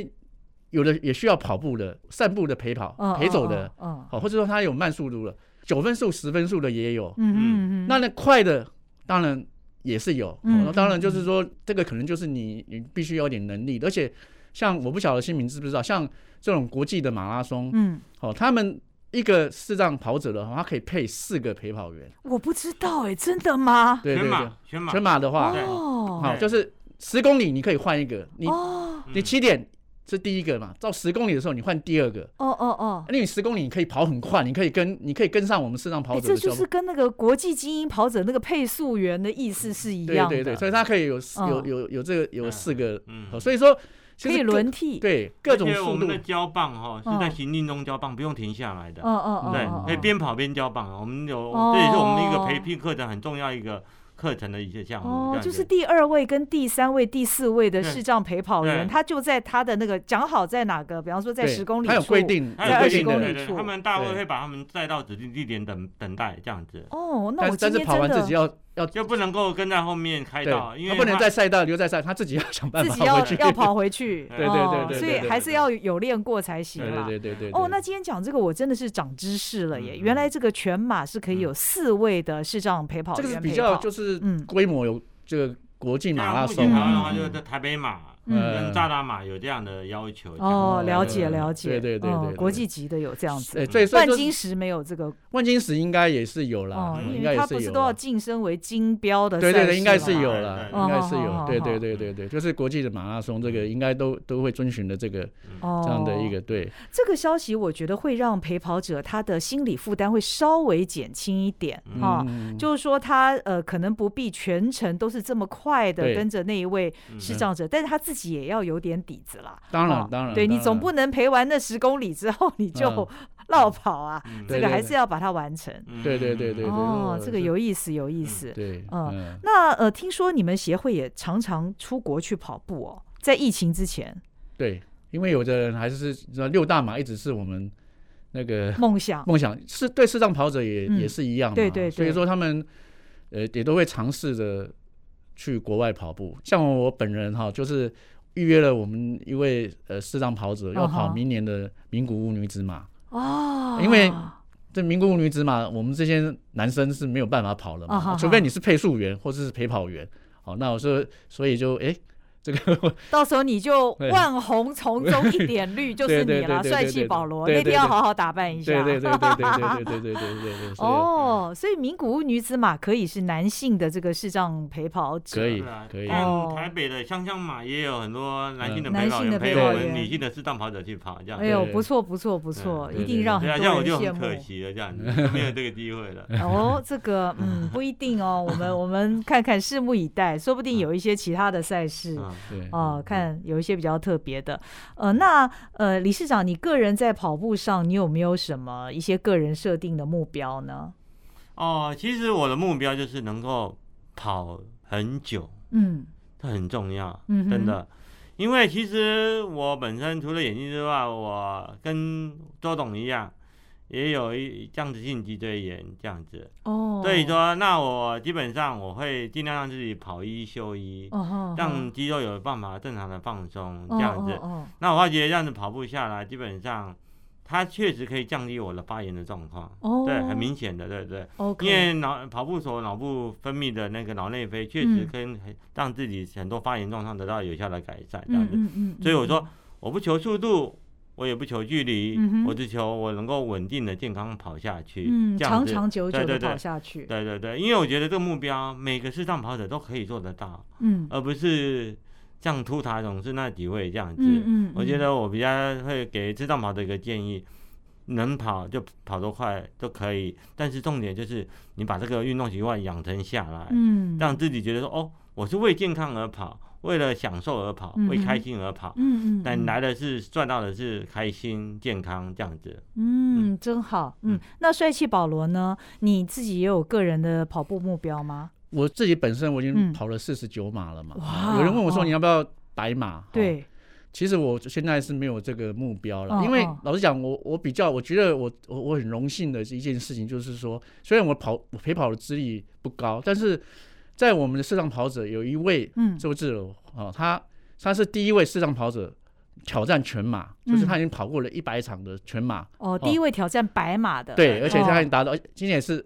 [SPEAKER 3] 有的也需要跑步的、散步的陪跑、
[SPEAKER 1] 嗯
[SPEAKER 3] 陪走
[SPEAKER 1] 嗯
[SPEAKER 3] 的，
[SPEAKER 1] 嗯
[SPEAKER 3] 好，或者说他有慢速度了，九分速、十分速的也有，
[SPEAKER 1] 嗯嗯嗯，
[SPEAKER 3] 那那快的当然也是有，
[SPEAKER 1] 嗯
[SPEAKER 3] 哦那当然就是
[SPEAKER 1] 嗯
[SPEAKER 3] 说这个可能就是你你必须要有点能力，而且像我不晓得新民知不知道，像这种国际的马拉松，
[SPEAKER 1] 嗯，
[SPEAKER 3] 哦，他们一个视障跑者的话，他可以配四个陪跑员，
[SPEAKER 1] 我不知道哎，真的吗？
[SPEAKER 3] 对
[SPEAKER 2] 啊全
[SPEAKER 3] 对对
[SPEAKER 2] 马，全马，
[SPEAKER 3] 全马的话，
[SPEAKER 1] 哦
[SPEAKER 3] 好、
[SPEAKER 2] 对
[SPEAKER 3] 就是十公里你可以换一个，你、
[SPEAKER 1] 哦
[SPEAKER 2] 嗯
[SPEAKER 3] 你起点是第一个嘛，到十公里的时候你换第二个。啊
[SPEAKER 1] 哦哦哦，
[SPEAKER 3] 因为你十公里你可以跑很快，你可以跟你可以跟上我们视障跑
[SPEAKER 1] 哎，
[SPEAKER 3] 者
[SPEAKER 1] 这
[SPEAKER 3] 的
[SPEAKER 1] 就
[SPEAKER 3] 脚步
[SPEAKER 1] 是跟那个国际精英跑者那个配速员的意思是一
[SPEAKER 3] 对
[SPEAKER 1] 样的，
[SPEAKER 3] 对对，所以它可以有有
[SPEAKER 1] 嗯
[SPEAKER 3] 有有这个有
[SPEAKER 2] 嗯
[SPEAKER 3] 四个，
[SPEAKER 2] 嗯
[SPEAKER 3] 哦所以说其
[SPEAKER 1] 可以
[SPEAKER 3] 实各
[SPEAKER 1] 轮替，
[SPEAKER 3] 对各
[SPEAKER 2] 而
[SPEAKER 3] 种
[SPEAKER 2] 且我
[SPEAKER 3] 速
[SPEAKER 2] 们
[SPEAKER 3] 度
[SPEAKER 2] 的，交棒哈是在
[SPEAKER 1] 嗯
[SPEAKER 2] 行进中交棒，不用停下来的
[SPEAKER 1] 嗯，嗯嗯，
[SPEAKER 2] 对
[SPEAKER 1] 嗯，
[SPEAKER 2] 可以
[SPEAKER 1] 嗯
[SPEAKER 2] 边跑边交棒。我们有
[SPEAKER 1] 哦
[SPEAKER 2] 这也是我们一个培训课程很重要一个课程的一些项目，这
[SPEAKER 1] 哦，
[SPEAKER 2] 样
[SPEAKER 1] 就是
[SPEAKER 2] 子。
[SPEAKER 1] 第二位跟第三位、第四位的
[SPEAKER 2] 对
[SPEAKER 1] 视障陪跑员，
[SPEAKER 2] 对
[SPEAKER 1] 他就在他的那个讲好在哪个，比方说在
[SPEAKER 3] 对
[SPEAKER 1] 十公里处，
[SPEAKER 3] 它有规定，
[SPEAKER 2] 还
[SPEAKER 1] 在
[SPEAKER 2] 有
[SPEAKER 3] 规
[SPEAKER 2] 规
[SPEAKER 1] 20
[SPEAKER 2] 定
[SPEAKER 1] 公
[SPEAKER 3] 定
[SPEAKER 2] 的，
[SPEAKER 1] 里
[SPEAKER 2] 对
[SPEAKER 3] 的，
[SPEAKER 2] 对，
[SPEAKER 1] 处
[SPEAKER 2] 他们大会
[SPEAKER 3] 对
[SPEAKER 2] 会把他们带到指定地点等等待这样子，
[SPEAKER 1] 哦，那
[SPEAKER 3] 但
[SPEAKER 1] 我
[SPEAKER 3] 是但
[SPEAKER 1] 今
[SPEAKER 3] 是
[SPEAKER 1] 天
[SPEAKER 3] 跑
[SPEAKER 1] 真
[SPEAKER 3] 完自己
[SPEAKER 1] 的
[SPEAKER 3] 要要
[SPEAKER 2] 就不能够跟在后面开
[SPEAKER 3] 对，
[SPEAKER 2] 到，因
[SPEAKER 3] 他
[SPEAKER 2] 为
[SPEAKER 3] 不能
[SPEAKER 2] 怕
[SPEAKER 3] 在赛道留在赛，他自己要想办
[SPEAKER 1] 自
[SPEAKER 3] 法
[SPEAKER 1] 己要
[SPEAKER 3] 回去。
[SPEAKER 1] 要跑回去，
[SPEAKER 2] 对对
[SPEAKER 1] 哦
[SPEAKER 3] 对对对
[SPEAKER 1] 所
[SPEAKER 3] 对
[SPEAKER 1] 以
[SPEAKER 3] 对
[SPEAKER 1] 还
[SPEAKER 2] 对
[SPEAKER 1] 是要有练过才行
[SPEAKER 3] 对
[SPEAKER 1] 啦。
[SPEAKER 3] 对对对对。
[SPEAKER 1] 哦，
[SPEAKER 3] 对
[SPEAKER 1] 那今天讲这个我真的是长知识了耶！
[SPEAKER 2] 嗯
[SPEAKER 1] 原来这个全马是可以
[SPEAKER 2] 嗯
[SPEAKER 1] 有四位的视障陪跑员
[SPEAKER 3] 这
[SPEAKER 1] 陪
[SPEAKER 3] 个
[SPEAKER 1] 跑，
[SPEAKER 3] 是比较就是
[SPEAKER 1] 嗯
[SPEAKER 3] 规模有这个国际马
[SPEAKER 2] 像
[SPEAKER 3] 拉
[SPEAKER 2] 目
[SPEAKER 3] 松
[SPEAKER 2] 前台湾的
[SPEAKER 3] 啊
[SPEAKER 2] 话，就是在台北马，
[SPEAKER 1] 嗯
[SPEAKER 3] 呃
[SPEAKER 2] 跟扎达玛有这样的要求。
[SPEAKER 1] 哦，
[SPEAKER 3] 嗯
[SPEAKER 1] 了解了
[SPEAKER 2] 解。
[SPEAKER 1] 解，
[SPEAKER 3] 对对对
[SPEAKER 1] 嗯
[SPEAKER 3] 对对
[SPEAKER 1] 国际级的有这样子。
[SPEAKER 2] 嗯
[SPEAKER 3] 哎，对，所以
[SPEAKER 1] 万
[SPEAKER 3] 就
[SPEAKER 1] 金
[SPEAKER 3] 是
[SPEAKER 1] 石没有这个
[SPEAKER 3] 万金石应该也是有啦
[SPEAKER 1] 哦，，
[SPEAKER 3] 应
[SPEAKER 1] 因
[SPEAKER 3] 该
[SPEAKER 1] 为
[SPEAKER 3] 也
[SPEAKER 1] 它
[SPEAKER 3] 是
[SPEAKER 1] 不是
[SPEAKER 3] 有
[SPEAKER 1] 都要
[SPEAKER 3] 啦。
[SPEAKER 1] 晋升为金标的赛
[SPEAKER 3] 对
[SPEAKER 1] 事
[SPEAKER 3] 对
[SPEAKER 1] 吗？
[SPEAKER 3] 对，应该是有
[SPEAKER 2] 对
[SPEAKER 3] 啦，
[SPEAKER 2] 对
[SPEAKER 3] 应该是有
[SPEAKER 1] 哦，
[SPEAKER 3] 对
[SPEAKER 1] 好好
[SPEAKER 3] 对对对对，就是国际的马拉松这
[SPEAKER 2] 嗯
[SPEAKER 3] 个应该都都会遵循的这个
[SPEAKER 1] 哦
[SPEAKER 3] 这样的一个对，
[SPEAKER 1] 这个消息，我觉得会让陪跑者他的心理负担会稍微减轻一点啊。
[SPEAKER 3] 嗯
[SPEAKER 1] 就是说他，呃可能不必全程都是这么快的
[SPEAKER 3] 对
[SPEAKER 1] 跟着那一位
[SPEAKER 2] 嗯
[SPEAKER 1] 视障者，但是他自己也要有点底子啦。
[SPEAKER 3] 当然
[SPEAKER 1] 啊
[SPEAKER 3] 当然
[SPEAKER 1] 对你
[SPEAKER 3] 当
[SPEAKER 1] 总
[SPEAKER 3] 然嗯
[SPEAKER 1] 不能陪完那十公里之后你就落跑啊，
[SPEAKER 2] 嗯
[SPEAKER 1] 这
[SPEAKER 3] 对
[SPEAKER 1] 个
[SPEAKER 3] 对
[SPEAKER 1] 还
[SPEAKER 3] 对
[SPEAKER 1] 是要把它完成。
[SPEAKER 2] 嗯
[SPEAKER 3] 对对对对对
[SPEAKER 1] 哦，
[SPEAKER 3] 对
[SPEAKER 1] 这个
[SPEAKER 3] 是
[SPEAKER 1] 有意思，有意思。
[SPEAKER 3] 对，
[SPEAKER 1] 嗯
[SPEAKER 3] 嗯，
[SPEAKER 1] 那呃，听说你们协会也常常出国去跑步哦，在疫情之前，
[SPEAKER 3] 对，因为有的人还是知道六大马一直是我们那个
[SPEAKER 1] 梦想
[SPEAKER 3] 梦想是对视障跑者也、
[SPEAKER 1] 嗯
[SPEAKER 3] 也是一样嘛，
[SPEAKER 1] 对对对
[SPEAKER 3] 所以说他们呃也都会尝试着去国外跑步。像我本人哈，就是预约了我们一位呃视障跑者要
[SPEAKER 1] 嗯
[SPEAKER 3] 跑
[SPEAKER 1] 哼
[SPEAKER 3] 明年的名古屋女子马。
[SPEAKER 1] 哦，
[SPEAKER 3] 因为这名古屋女子马，我们这些男生是没有办法跑了嘛，
[SPEAKER 1] 啊哈哈
[SPEAKER 3] 除非你是配速员或者是陪跑员。好，那我说，所以就哎、这个
[SPEAKER 1] 到时候你就
[SPEAKER 3] 对
[SPEAKER 1] 万红丛中一 点绿，就是你
[SPEAKER 3] 对
[SPEAKER 1] 啦，
[SPEAKER 3] 对对对
[SPEAKER 1] 帅气保罗，
[SPEAKER 3] 对
[SPEAKER 1] 那
[SPEAKER 3] 对对
[SPEAKER 1] 天要好好打扮一
[SPEAKER 3] 对
[SPEAKER 1] 下。
[SPEAKER 3] 对对对对对对对对对对对，所以
[SPEAKER 1] 哦，所以名古屋女子马可以是男性的这个视障陪跑者，
[SPEAKER 3] 可以
[SPEAKER 2] 对啊
[SPEAKER 3] 可以
[SPEAKER 1] 哦
[SPEAKER 2] 像台北的香香马也有很多男性的陪
[SPEAKER 1] 男
[SPEAKER 2] 跑
[SPEAKER 1] 性的
[SPEAKER 2] 员陪
[SPEAKER 1] 陪
[SPEAKER 2] 我
[SPEAKER 1] 跑
[SPEAKER 2] 们
[SPEAKER 1] 员
[SPEAKER 2] 女性的适当跑者去跑这样
[SPEAKER 1] 哎
[SPEAKER 2] 子。
[SPEAKER 1] 呦，
[SPEAKER 3] 啊对嗯
[SPEAKER 1] 不错不错不错，
[SPEAKER 2] 对
[SPEAKER 1] 一定让很
[SPEAKER 2] 对啊，
[SPEAKER 1] 多
[SPEAKER 2] 像我
[SPEAKER 1] 人
[SPEAKER 2] 就
[SPEAKER 1] 羡
[SPEAKER 2] 很
[SPEAKER 1] 慕。
[SPEAKER 2] 可惜了，这样子就没有这个机会了。
[SPEAKER 1] 哦，这 个嗯不一定哦，我们我们看看，拭目以待，说不定有一些其他的赛事。
[SPEAKER 2] 嗯
[SPEAKER 3] 对
[SPEAKER 1] 哦，看有一些比较特别的，呃，那呃，理事长，你个人在跑步上，你有没有什么一些个人设定的目标呢？
[SPEAKER 2] 哦，其实我的目标就是能够跑很久，
[SPEAKER 1] 嗯，
[SPEAKER 2] 这很重要，
[SPEAKER 1] 嗯哼
[SPEAKER 2] 真的。因为其实我本身除了眼睛之外，我跟周董一样，也有一这样子性脊椎炎这样子。
[SPEAKER 1] 哦，
[SPEAKER 2] 所以说，那我基本上我会尽量让自己跑一休一，
[SPEAKER 1] 哦，哦，
[SPEAKER 2] 让肌肉有办法正常的放松
[SPEAKER 1] 哦
[SPEAKER 2] 这样子。
[SPEAKER 1] 哦哦
[SPEAKER 2] 那我发觉这样子跑步下来，基本上它确实可以降低我的发炎的状况。
[SPEAKER 1] 哦，
[SPEAKER 2] 对，很明显的，对对。
[SPEAKER 1] ，OK，
[SPEAKER 2] 因为脑跑步所脑部分泌的那个脑内啡，确实
[SPEAKER 1] 嗯
[SPEAKER 2] 跟很让自己很多发炎状况得到有效的改善，这样
[SPEAKER 1] 嗯
[SPEAKER 2] 子。
[SPEAKER 1] 嗯嗯，
[SPEAKER 2] 所以
[SPEAKER 1] 嗯
[SPEAKER 2] 我说，，我不求速度，我也不求距离，
[SPEAKER 1] 嗯哼
[SPEAKER 2] 我只求我能够稳定的健康跑下去，
[SPEAKER 1] 嗯，
[SPEAKER 2] 这样
[SPEAKER 1] 长
[SPEAKER 2] 子。
[SPEAKER 1] 长久久的
[SPEAKER 2] 对对对
[SPEAKER 1] 跑下去，
[SPEAKER 2] 对对对，因为我觉得这个目标每个视障跑者都可以做得到，
[SPEAKER 1] 嗯
[SPEAKER 2] 而不是像秃塔总是那几位这样子。
[SPEAKER 1] 嗯嗯，
[SPEAKER 2] 我觉
[SPEAKER 1] 嗯
[SPEAKER 2] 得我比较会给智障跑的一个建议，能跑就跑多快都可以，但是重点就是你把这个运动习惯养成下来，
[SPEAKER 1] 嗯，
[SPEAKER 2] 让自己觉得说哦，我是为健康而跑，为了享受而跑，为开心而跑。
[SPEAKER 1] 嗯嗯，
[SPEAKER 2] 但
[SPEAKER 1] 嗯
[SPEAKER 2] 来的是赚到的是开心、健康这样子。
[SPEAKER 1] 嗯，真好，嗯
[SPEAKER 2] 嗯，
[SPEAKER 1] 那帅气保罗呢？你自己也有个人的跑步目标吗？
[SPEAKER 3] 我自己本身我已
[SPEAKER 1] 嗯
[SPEAKER 3] 经跑了四十九码了嘛，
[SPEAKER 1] 哇
[SPEAKER 3] 有人问我说
[SPEAKER 1] 哦
[SPEAKER 3] 你要不要白马？哈，
[SPEAKER 1] 对，
[SPEAKER 3] 其实我现在是没有这个目标
[SPEAKER 1] 哦
[SPEAKER 3] 了，因为
[SPEAKER 1] 哦
[SPEAKER 3] 老实讲，我我比较我觉得我我我很荣幸的一件事情就是说，虽然我跑我陪跑的资历不高，但是在我们的视障跑者有一位
[SPEAKER 1] 嗯，
[SPEAKER 3] 周志柔啊，他他是第一位视障跑者挑战全马，就是
[SPEAKER 1] 嗯
[SPEAKER 3] 他已经跑过了一百场的全马，
[SPEAKER 1] 哦，第一位挑战白马的，
[SPEAKER 3] 对，而且他
[SPEAKER 1] 哦
[SPEAKER 3] 已经达到，今年也是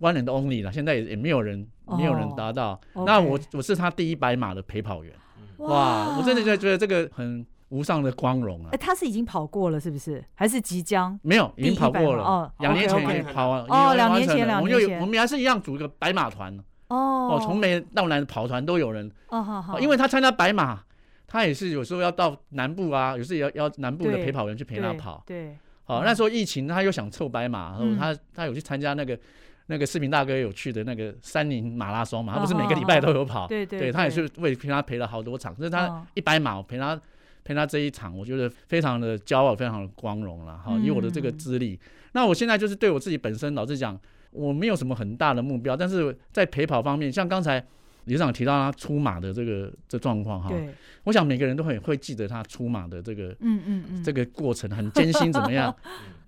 [SPEAKER 3] one and only 了，现在也也没有人没有人达到。
[SPEAKER 1] 哦
[SPEAKER 3] 那
[SPEAKER 1] OK
[SPEAKER 3] 我我是他第一百马的陪跑员，
[SPEAKER 1] 哇，
[SPEAKER 3] 我真的觉得觉得这个很无上的光荣啊
[SPEAKER 1] 哎，！他是已经跑过了，是不是？还是即将？
[SPEAKER 3] 没有，已经
[SPEAKER 1] 第100
[SPEAKER 3] 跑过
[SPEAKER 1] 嘛
[SPEAKER 3] 了，
[SPEAKER 1] 哦
[SPEAKER 3] 两年前
[SPEAKER 1] OK，OK
[SPEAKER 3] 也跑完，
[SPEAKER 1] 哦
[SPEAKER 3] 已经
[SPEAKER 1] 两
[SPEAKER 3] 完
[SPEAKER 1] 年
[SPEAKER 3] 成
[SPEAKER 1] 前
[SPEAKER 3] 了
[SPEAKER 1] 两
[SPEAKER 3] 我们就
[SPEAKER 1] 年
[SPEAKER 3] 有
[SPEAKER 1] 前
[SPEAKER 3] 我们还是一样组一个百马团
[SPEAKER 1] 哦
[SPEAKER 3] 哦，从北到南跑团都有人，
[SPEAKER 1] 哦，好好，
[SPEAKER 3] 因为他参加百马，他也是有时候要到南部啊，有时候也要要南部的
[SPEAKER 1] 对
[SPEAKER 3] 陪跑员去陪他
[SPEAKER 1] 对
[SPEAKER 3] 跑。
[SPEAKER 1] 对，嗯
[SPEAKER 3] 好、那时候疫情，他又想凑白马，然后
[SPEAKER 1] 嗯
[SPEAKER 3] 他他有去参加那个那个视频大哥有去的那个三林马拉松嘛，他不是
[SPEAKER 1] 哦
[SPEAKER 3] 每个
[SPEAKER 1] 哦
[SPEAKER 3] 礼拜
[SPEAKER 1] 哦
[SPEAKER 3] 都有跑，
[SPEAKER 1] 对对
[SPEAKER 3] 他也
[SPEAKER 1] 对
[SPEAKER 3] 是为陪他陪了好多场，这是他
[SPEAKER 1] 哦
[SPEAKER 3] 一百马，我陪他陪他这一场，我觉得非常的骄傲，非常的光荣了哈，以我的这个
[SPEAKER 1] 嗯
[SPEAKER 3] 资历，那我现在就是对我自己本身，老实讲，我没有什么很大的目标，但是在陪跑方面，像刚才。李市长提到他出马的这个这状况哈，
[SPEAKER 1] 对，
[SPEAKER 3] 我想每个人都很会记得他出马的这个
[SPEAKER 1] 嗯嗯嗯，
[SPEAKER 3] 这个过程很艰辛，怎 么样？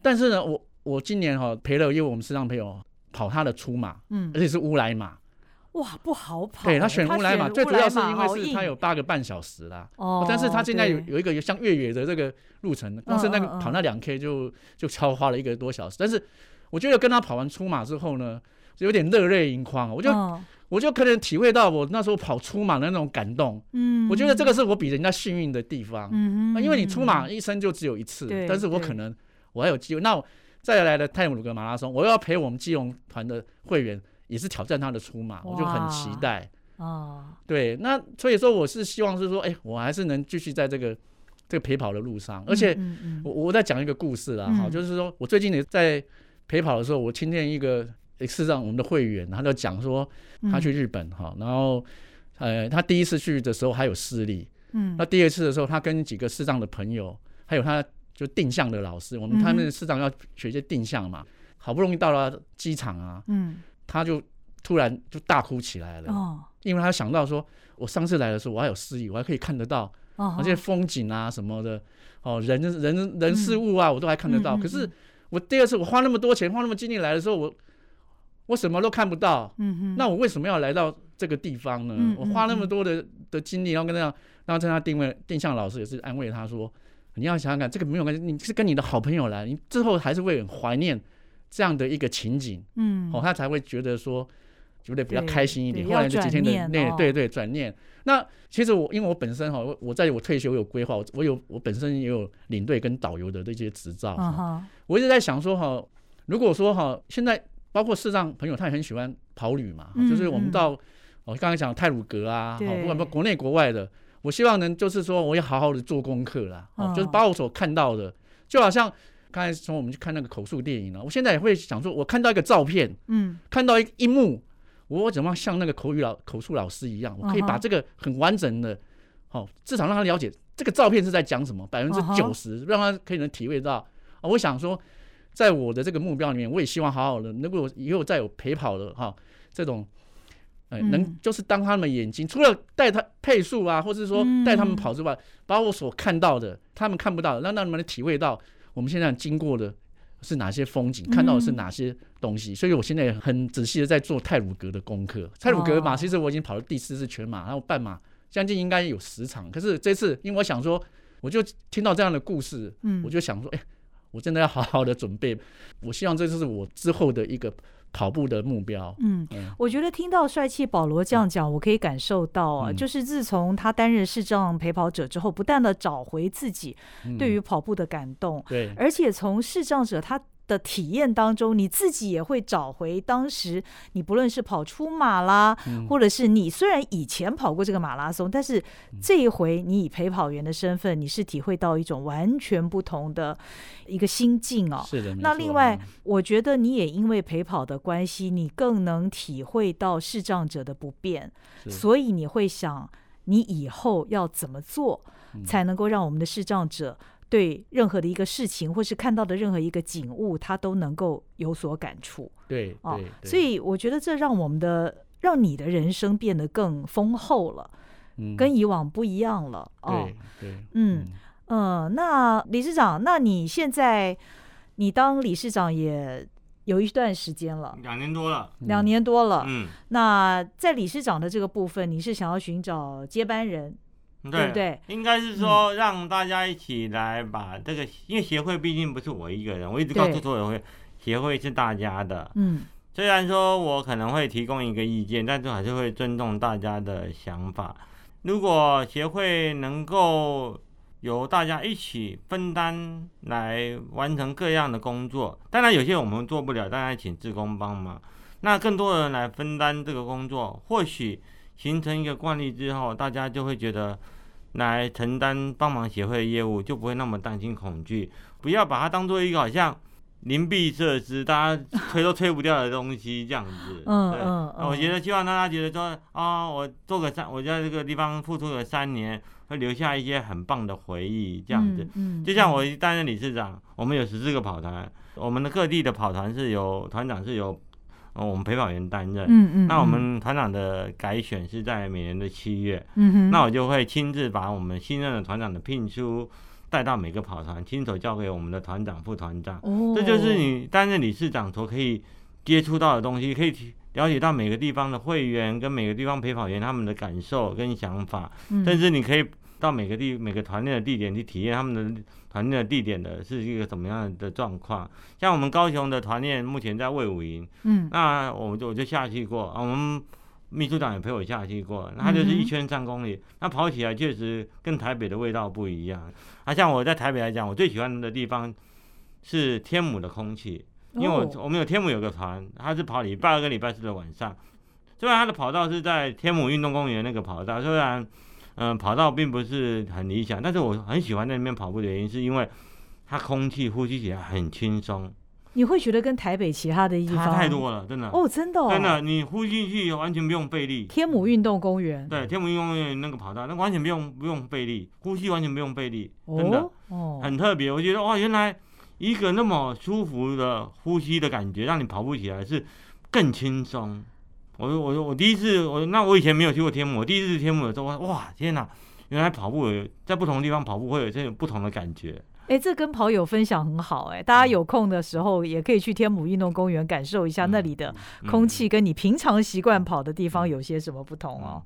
[SPEAKER 3] 但是呢，我我今年哈、陪了一位我们视障朋友跑他的出马，
[SPEAKER 1] 嗯
[SPEAKER 3] 而且是乌来马，
[SPEAKER 1] 哇不好跑欸，
[SPEAKER 3] 对他选乌来马，最主要是因
[SPEAKER 1] 好
[SPEAKER 3] 为是他
[SPEAKER 1] 硬
[SPEAKER 3] 有八个半小时啦。
[SPEAKER 1] 哦，
[SPEAKER 3] 但是他现在有
[SPEAKER 1] 对
[SPEAKER 3] 有一个像越野的这个路程，光是那个
[SPEAKER 1] 嗯嗯
[SPEAKER 3] 跑那两 K 就就超花了一个多小时。但是我觉得跟他跑完出马之后呢，就有点热泪盈眶。我
[SPEAKER 1] 我
[SPEAKER 3] 就
[SPEAKER 1] 嗯、
[SPEAKER 3] 我就可能体会到我那时候跑出马的那种感动。
[SPEAKER 1] 嗯，
[SPEAKER 3] 我觉得这个是我比人家幸运的地方，
[SPEAKER 1] 嗯
[SPEAKER 3] 啊
[SPEAKER 1] 哼，
[SPEAKER 3] 因为你出马一生就只有一次
[SPEAKER 1] 对，
[SPEAKER 3] 但是我
[SPEAKER 1] 对
[SPEAKER 3] 可能我还有机会。那我再来的泰姆鲁格马拉松，我又要陪我们基隆团的会员也是挑战他的出马，我就很期
[SPEAKER 1] 哇
[SPEAKER 3] 待。
[SPEAKER 1] 哦，
[SPEAKER 3] 对，那所以说我是希望是说，哎、我还是能继续在这个这个陪跑的路上，而且
[SPEAKER 1] 嗯嗯
[SPEAKER 3] 我我再讲一个故事啦，哈、
[SPEAKER 1] 嗯
[SPEAKER 3] 就是说我最近也在陪跑的时候，我听见一个诶是让我们的会员，他就讲说
[SPEAKER 1] 嗯
[SPEAKER 3] 他去日本哈、然后呃他第一次去的时候还有视力，
[SPEAKER 1] 嗯
[SPEAKER 3] 那第二次的时候他跟几个视障的朋友，还有他就定向的老师，我们他
[SPEAKER 1] 嗯
[SPEAKER 3] 们视障要学一些定向嘛，好不容易到了机场啊，
[SPEAKER 1] 嗯
[SPEAKER 3] 他就突然就大哭起来了，
[SPEAKER 1] 哦
[SPEAKER 3] 因为他想到说我上次来的时候我还有视力，我还可以看得到。
[SPEAKER 1] 哦，嗯
[SPEAKER 3] 而且风景啊什么的，哦，人人人事物啊，我都还看得到。
[SPEAKER 1] 嗯嗯
[SPEAKER 3] 可是
[SPEAKER 1] 嗯
[SPEAKER 3] 我第二次我花那么多钱，花那么精力来的时候，我我什么都看不到。
[SPEAKER 1] 嗯哼，
[SPEAKER 3] 那我为什么要来到这个地方呢？
[SPEAKER 1] 嗯嗯
[SPEAKER 3] 我花那么多的的精力，然后跟他，然后在他定位定向老师也是安慰他说，你要想想看，这个没有关系，你是跟你的好朋友来，你之后还是会很怀念这样的一个情景，
[SPEAKER 1] 嗯
[SPEAKER 3] 哦，他才会觉得说。觉得比较
[SPEAKER 1] 对
[SPEAKER 3] 开心一点，
[SPEAKER 1] 对
[SPEAKER 3] 后来
[SPEAKER 1] 要
[SPEAKER 3] 就几天的
[SPEAKER 1] 转念
[SPEAKER 3] 那
[SPEAKER 1] 哦
[SPEAKER 3] 对对转念。那其实我因为我本身哈，我我在我退休有规划，我我有我本身也有领队跟导游的这些执照，
[SPEAKER 1] 嗯哼
[SPEAKER 3] 我一直在想说哈，如果说哈，现在包括视障朋友他也很喜欢跑旅嘛，
[SPEAKER 1] 嗯
[SPEAKER 3] 就是我
[SPEAKER 1] 嗯
[SPEAKER 3] 们到我刚才讲泰鲁格啊，
[SPEAKER 1] 对
[SPEAKER 3] 哦不管不国内国外的，我希望能就是说我也好好的做功课啦，哦
[SPEAKER 1] 嗯
[SPEAKER 3] 就是把我所看到的，就好像刚才从我们去看那个口述电影了，啊我现在也会想说，我看到一个照片，
[SPEAKER 1] 嗯
[SPEAKER 3] 看到一一幕，我怎么样像那个口语老口述老师一样，我可以
[SPEAKER 1] 嗯哼
[SPEAKER 3] 把这个很完整的，好、至少让他了解这个照片是在讲什么，百分之九
[SPEAKER 1] 嗯
[SPEAKER 3] 十让他可以能体会到。啊、我想说，在我的这个目标里面，我也希望好好的，如果以后再有陪跑的哈、这种。呃，
[SPEAKER 1] 嗯
[SPEAKER 3] 能就是当他们眼睛，除了带他配速啊，或是说带他们
[SPEAKER 1] 嗯
[SPEAKER 3] 跑之外，把我所看到的，他们看不到的，让让他们体会到我们现在经过的是哪些风景，看到的是
[SPEAKER 1] 嗯
[SPEAKER 3] 哪些东西。所以我现在也很仔细的在做泰鲁格的功课。泰鲁格马
[SPEAKER 1] 哦
[SPEAKER 3] 其实我已经跑了第四次全马，然后半马将近应该有十场。可是这次因为我想说，我就听到这样的故事，
[SPEAKER 1] 嗯，
[SPEAKER 3] 我就想说，哎、我真的要好好的准备。我希望这就是我之后的一个跑步的目标。
[SPEAKER 1] 嗯
[SPEAKER 3] 嗯，
[SPEAKER 1] 我觉得听到帅气保罗这样讲，我可以感受到啊，
[SPEAKER 3] 嗯
[SPEAKER 1] 就是自从他担任视障陪跑者之后，不断的找回自己
[SPEAKER 3] 嗯
[SPEAKER 1] 对于跑步的感动，
[SPEAKER 3] 对
[SPEAKER 1] 而且从视障者他。的体验当中，你自己也会找回当时你不论是跑出马啦，
[SPEAKER 3] 嗯
[SPEAKER 1] 或者是你虽然以前跑过这个马拉松，但是这一回你以陪跑员的身份，你是体会到一种完全不同的一个心境哦。
[SPEAKER 3] 是的。没
[SPEAKER 1] 那
[SPEAKER 3] 错
[SPEAKER 1] 另外
[SPEAKER 3] 嗯，
[SPEAKER 1] 我觉得你也因为陪跑的关系，你更能体会到视障者的不便，
[SPEAKER 3] 是
[SPEAKER 1] 所以你会想，你以后要怎么做，
[SPEAKER 3] 嗯
[SPEAKER 1] 才能够让我们的视障者对任何的一个事情，或是看到的任何一个景物，他都能够有所感触
[SPEAKER 3] 对
[SPEAKER 1] 哦
[SPEAKER 3] 对，。对
[SPEAKER 1] 所以我觉得这让我们的，让你的人生变得更丰厚了，
[SPEAKER 3] 嗯
[SPEAKER 1] 跟以往不一样了哦
[SPEAKER 3] 对。对
[SPEAKER 1] 嗯，嗯，那理事长，那你现在你当理事长也有一段时间了，
[SPEAKER 2] 两年多了，
[SPEAKER 1] 两年多了。
[SPEAKER 2] 嗯，
[SPEAKER 1] 那在理事长的这个部分，你是想要寻找接班人？
[SPEAKER 2] 啊
[SPEAKER 1] 对不对
[SPEAKER 2] 应该是说让大家一起来把这个，因为协会毕竟不是我一个人，我一直告诉
[SPEAKER 1] 对
[SPEAKER 2] 所有会，协会是大家的。
[SPEAKER 1] 嗯
[SPEAKER 2] 虽然说我可能会提供一个意见，但是还是会尊重大家的想法。如果协会能够由大家一起分担来完成各样的工作，当然有些我们做不了，当然请志工帮忙。那更多人来分担这个工作，或许形成一个惯例之后，大家就会觉得来承担帮忙协会的业务，就不会那么担心恐惧。不要把它当做一个好像灵璧设施，大家推都推不掉的东西这样子。
[SPEAKER 1] 嗯
[SPEAKER 2] 对
[SPEAKER 1] 嗯
[SPEAKER 2] 那我觉
[SPEAKER 1] 得
[SPEAKER 2] 得希望大家觉得说啊、我做个三，我在这个地方付出了三年，会留下一些很棒的回忆，这样子。，
[SPEAKER 1] 嗯，嗯
[SPEAKER 2] 就像我担任理事长，我们有十四个跑团，我们的各地的跑团是由团长是由、呃、我们陪跑员担任。
[SPEAKER 1] 嗯嗯，
[SPEAKER 2] 那我们团长的改选是在每年的七月，
[SPEAKER 1] 嗯哼，
[SPEAKER 2] 那我就会亲自把我们新任的团长的聘书带到每个跑团，亲手交给我们的团长、副团长。
[SPEAKER 1] 哦，
[SPEAKER 2] 这就是你担任理事长所可以接触到的东西，可以提了解到每个地方的会员跟每个地方陪跑员他们的感受跟想法，
[SPEAKER 1] 嗯，
[SPEAKER 2] 甚至你可以到每个地每个团练的地点去体验他们的团练的地点的是一个怎么样的状况。像我们高雄的团练目前在魏武营，
[SPEAKER 1] 嗯
[SPEAKER 2] 那我就我就下去过，啊我们秘书长也陪我下去过，那他就是
[SPEAKER 1] 嗯
[SPEAKER 2] 一圈三公里，那跑起来确实跟台北的味道不一样。啊，像我在台北来讲，我最喜欢的地方是天母的空气，因为我、
[SPEAKER 1] 哦
[SPEAKER 2] 我们有天母有个团，他是跑礼拜二跟礼拜四的晚上，虽然他的跑道是在天母运动公园那个跑道，虽然嗯、跑道并不是很理想，但是我很喜欢在那边跑步的原因是因为它空气呼吸起来很轻松，
[SPEAKER 1] 你会觉得跟台北其他的地
[SPEAKER 2] 差
[SPEAKER 1] 方
[SPEAKER 2] 太多了，真的。
[SPEAKER 1] 哦，真的、哦，
[SPEAKER 2] 真的，你呼吸进去完全不用费力。
[SPEAKER 1] 天母运动公园，
[SPEAKER 2] 对，天母运动员那个跑道，那完全不用不用费力，呼吸完全不用费力，真的
[SPEAKER 1] 哦哦，
[SPEAKER 2] 很特别。我觉得哇，原来一个那么舒服的呼吸的感觉，让你跑步起来是更轻松。我我我第一次我那我以前没有去过天母，我第一次去天母的时候，哇天哪！原来跑步有在不同地方跑步会有这种不同的感觉，
[SPEAKER 1] 哎，这跟跑友分享很好哎，大家
[SPEAKER 3] 嗯
[SPEAKER 1] 有空的时候也可以去天母运动公园感受一下
[SPEAKER 2] 嗯
[SPEAKER 1] 那里的
[SPEAKER 2] 嗯
[SPEAKER 1] 空气跟你平常习惯跑的地
[SPEAKER 3] 嗯
[SPEAKER 1] 方有些什么不同哦。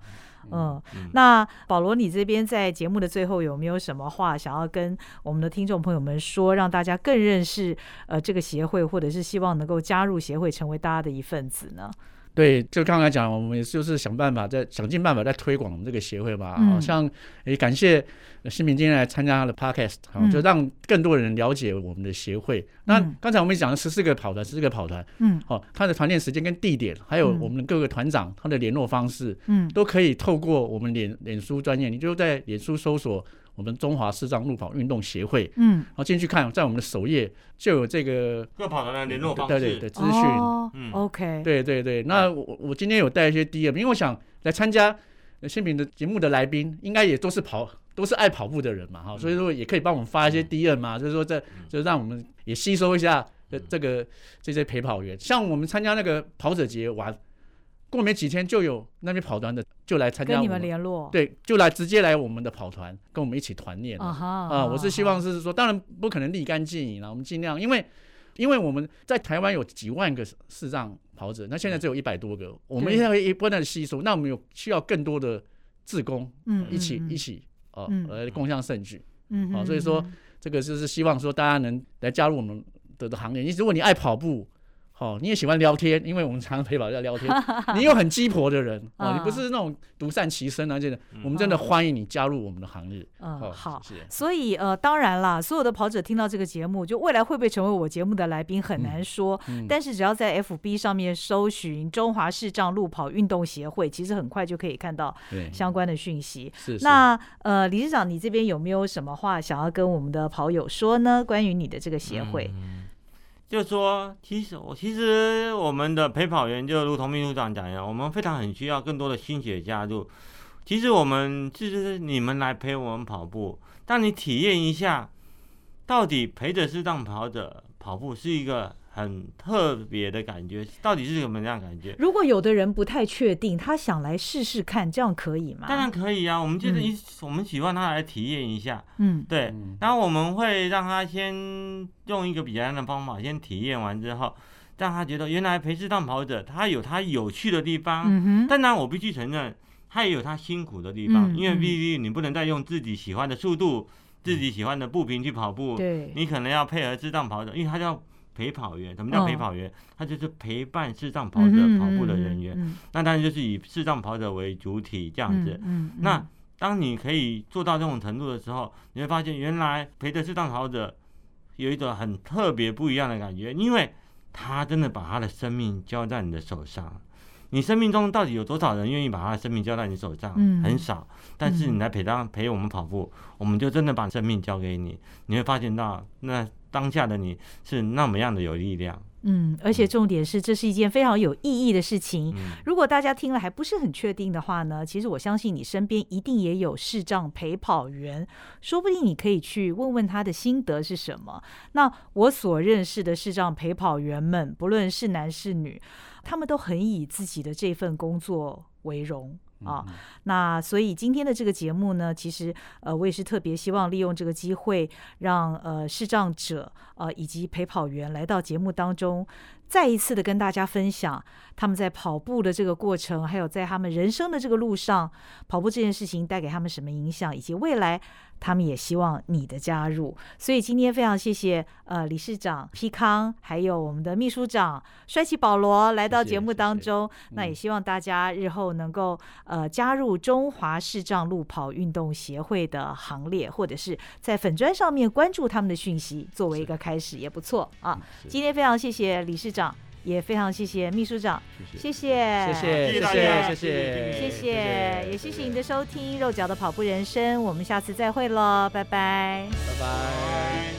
[SPEAKER 1] 嗯，
[SPEAKER 2] 嗯
[SPEAKER 1] 那保罗，你这边在节目的最后有没有什么话想要跟我们的听众朋友们说，让大家更认识呃这个协会，或者是希望能够加入协会，成为大家的一份子呢？
[SPEAKER 3] 对，就刚才讲，我们也就是想办法在想尽办法在推广我们这个协会吧。好、
[SPEAKER 1] 嗯
[SPEAKER 3] 像也感谢呃新平今天来参加他的 podcast，好、
[SPEAKER 1] 嗯
[SPEAKER 3] 就让更多人了解我们的协会。那
[SPEAKER 1] 嗯
[SPEAKER 3] 刚才我们讲了十四个跑团，十四个跑团，
[SPEAKER 1] 嗯
[SPEAKER 3] 好、它的团练时间跟地点，还有
[SPEAKER 1] 嗯
[SPEAKER 3] 我们各个团长他的联络方式，
[SPEAKER 1] 嗯
[SPEAKER 3] 都可以透过我们脸脸书专业，你就在脸书搜索我们中华视障路跑运动协会，
[SPEAKER 1] 嗯，
[SPEAKER 3] 然后进去看，在我们的首页就有这个
[SPEAKER 2] 各跑团的联络方
[SPEAKER 3] 对对
[SPEAKER 2] 式，
[SPEAKER 3] 对资讯。
[SPEAKER 1] 哦
[SPEAKER 2] 嗯
[SPEAKER 1] OK，
[SPEAKER 3] 对对对，那
[SPEAKER 1] 嗯
[SPEAKER 3] 我我今天有带一些 DM，因为我想来参加呃新品的节目的来宾，应该也都是跑都是爱跑步的人嘛，哈，所
[SPEAKER 1] 嗯
[SPEAKER 3] 以说也可以帮我们发一些 DM 嘛，就是说这就是让我们也吸收一下呃
[SPEAKER 1] 嗯
[SPEAKER 3] 这个这些陪跑员，像我们参加那个跑者节完，过没几天就有那边跑团的就来参加
[SPEAKER 1] 跟
[SPEAKER 3] 我
[SPEAKER 1] 你们联络。
[SPEAKER 3] 对，就来直接来我们的跑团跟我们一起团练了
[SPEAKER 1] 啊哈
[SPEAKER 3] 啊，我是希望是说，当然不可能立竿见影了，我们尽量，因为因为我们在台湾有几万个视障跑者，那现在只有一百多个，我们
[SPEAKER 1] 对
[SPEAKER 3] 现在会不断的吸收，那我们有需要更多的志工
[SPEAKER 1] 嗯
[SPEAKER 3] 一起
[SPEAKER 1] 嗯
[SPEAKER 3] 一起啊
[SPEAKER 1] 嗯
[SPEAKER 3] 来共享盛举，
[SPEAKER 1] 嗯
[SPEAKER 3] 好
[SPEAKER 1] 哼
[SPEAKER 3] 所以说
[SPEAKER 1] 嗯哼
[SPEAKER 3] 这个就是希望说大家能来加入我们的的行列。你如果你爱跑步。哦，你也喜欢聊天，因为我们常常陪跑 在聊天。你又很鸡婆的人哦，你
[SPEAKER 1] 啊
[SPEAKER 3] 不是那种独善其身啊，这种，我们真的欢迎你加入我们的行列。
[SPEAKER 1] 嗯
[SPEAKER 3] 哦，
[SPEAKER 1] 好。
[SPEAKER 3] 谢谢。
[SPEAKER 1] 所以呃，当然啦，所有的跑者听到这个节目，就未来会不会成为我节目的来宾很难说。
[SPEAKER 3] 嗯
[SPEAKER 1] 但是只要在 FB 上面搜寻中华视障路跑运动协会，其实很快就可以看到
[SPEAKER 3] 对，
[SPEAKER 1] 相关的讯
[SPEAKER 2] 嗯
[SPEAKER 1] 息。
[SPEAKER 3] 是是
[SPEAKER 1] 那呃，理事长，你这边有没有什么话想要跟我们的跑友说呢？关于你的这个协会，
[SPEAKER 2] 嗯就说，其实我其实我们的陪跑员就如同秘书长讲一样，我们非常很需要更多的新血加入。其实我们就是你们来陪我们跑步，让你体验一下，到底陪着适当跑者跑步是一个很特别的感觉，到底是什么样的感觉？
[SPEAKER 1] 如果有的人不太确定，他想来试试看，这样可以吗？
[SPEAKER 2] 当然，可以啊，我们就是一、我们喜欢他来体验一下，
[SPEAKER 1] 嗯
[SPEAKER 2] 对，
[SPEAKER 3] 嗯
[SPEAKER 2] 然后我们会让他先用一个比较简单的方法，先体验完之后，让他觉得原来陪适当跑者他有他有趣的地方。
[SPEAKER 1] 嗯哼，
[SPEAKER 2] 当然，我必须承认，他也有他辛苦的地方，
[SPEAKER 1] 嗯
[SPEAKER 2] 因为
[SPEAKER 1] 嗯
[SPEAKER 2] 毕竟你不能再用自己喜欢的速度、自己喜欢的步频去跑
[SPEAKER 1] 嗯
[SPEAKER 2] 步，
[SPEAKER 1] 对，
[SPEAKER 2] 你可能要配合适当跑者，因为他叫陪跑员。什么叫陪
[SPEAKER 1] 哦
[SPEAKER 2] 跑员？他就是陪伴适当跑
[SPEAKER 1] 嗯
[SPEAKER 2] 者
[SPEAKER 1] 哼
[SPEAKER 2] 跑步的
[SPEAKER 1] 嗯
[SPEAKER 2] 人
[SPEAKER 1] 哼
[SPEAKER 2] 员。
[SPEAKER 1] 嗯
[SPEAKER 2] 那当然就是以适当跑者为主体这样子。
[SPEAKER 1] 嗯嗯
[SPEAKER 2] 那当你可以做到这种程度的时候，你会发现原来陪着适当跑者有一种很特别不一样的感觉，因为他真的把他的生命交在你的手上。你生命中到底有多少人愿意把他的生命交在你手上？
[SPEAKER 1] 嗯
[SPEAKER 2] 很少。但是你来陪他陪我们跑步，我们就真的把生命交给你，你会发现到那当下的你是那么样的有力量。
[SPEAKER 1] 嗯，而且重点是，这是一件非常有意义的事情。
[SPEAKER 2] 嗯，
[SPEAKER 1] 如果大家听了还不是很确定的话呢，其实我相信你身边一定也有视障陪跑员，说不定你可以去问问他的心得是什么。那我所认识的视障陪跑员们，不论是男是女，他们都很以自己的这份工作为荣
[SPEAKER 3] 嗯
[SPEAKER 1] 啊。那所以今天的这个节目呢，其实呃，我也是特别希望利用这个机会让，呃视障者呃以及陪跑员来到节目当中，再一次的跟大家分享他们在跑步的这个过程，还有在他们人生的这个路上，跑步这件事情带给他们什么影响，以及未来他们也希望你的加入。所以今天非常谢谢呃理事长皮康，还有我们的秘书长帅气保罗来到
[SPEAKER 3] 谢谢
[SPEAKER 1] 节目
[SPEAKER 3] 谢谢
[SPEAKER 1] 当中。那
[SPEAKER 3] 嗯
[SPEAKER 1] 也希望大家日后能够呃加入中华视障路跑运动协会的行列，或者是在粉砖上面关注他们的讯息，作为一个开始也不错啊。
[SPEAKER 3] 嗯是
[SPEAKER 1] 今天非常谢谢理事长，也非常谢谢秘书长，谢谢，
[SPEAKER 3] 谢谢，
[SPEAKER 2] 谢谢
[SPEAKER 3] 谢
[SPEAKER 2] 大家
[SPEAKER 3] 谢，谢谢，
[SPEAKER 1] 谢谢，也谢谢您的收听《肉脚的跑步人生》，我们下次再会喽，拜拜。
[SPEAKER 3] 拜拜。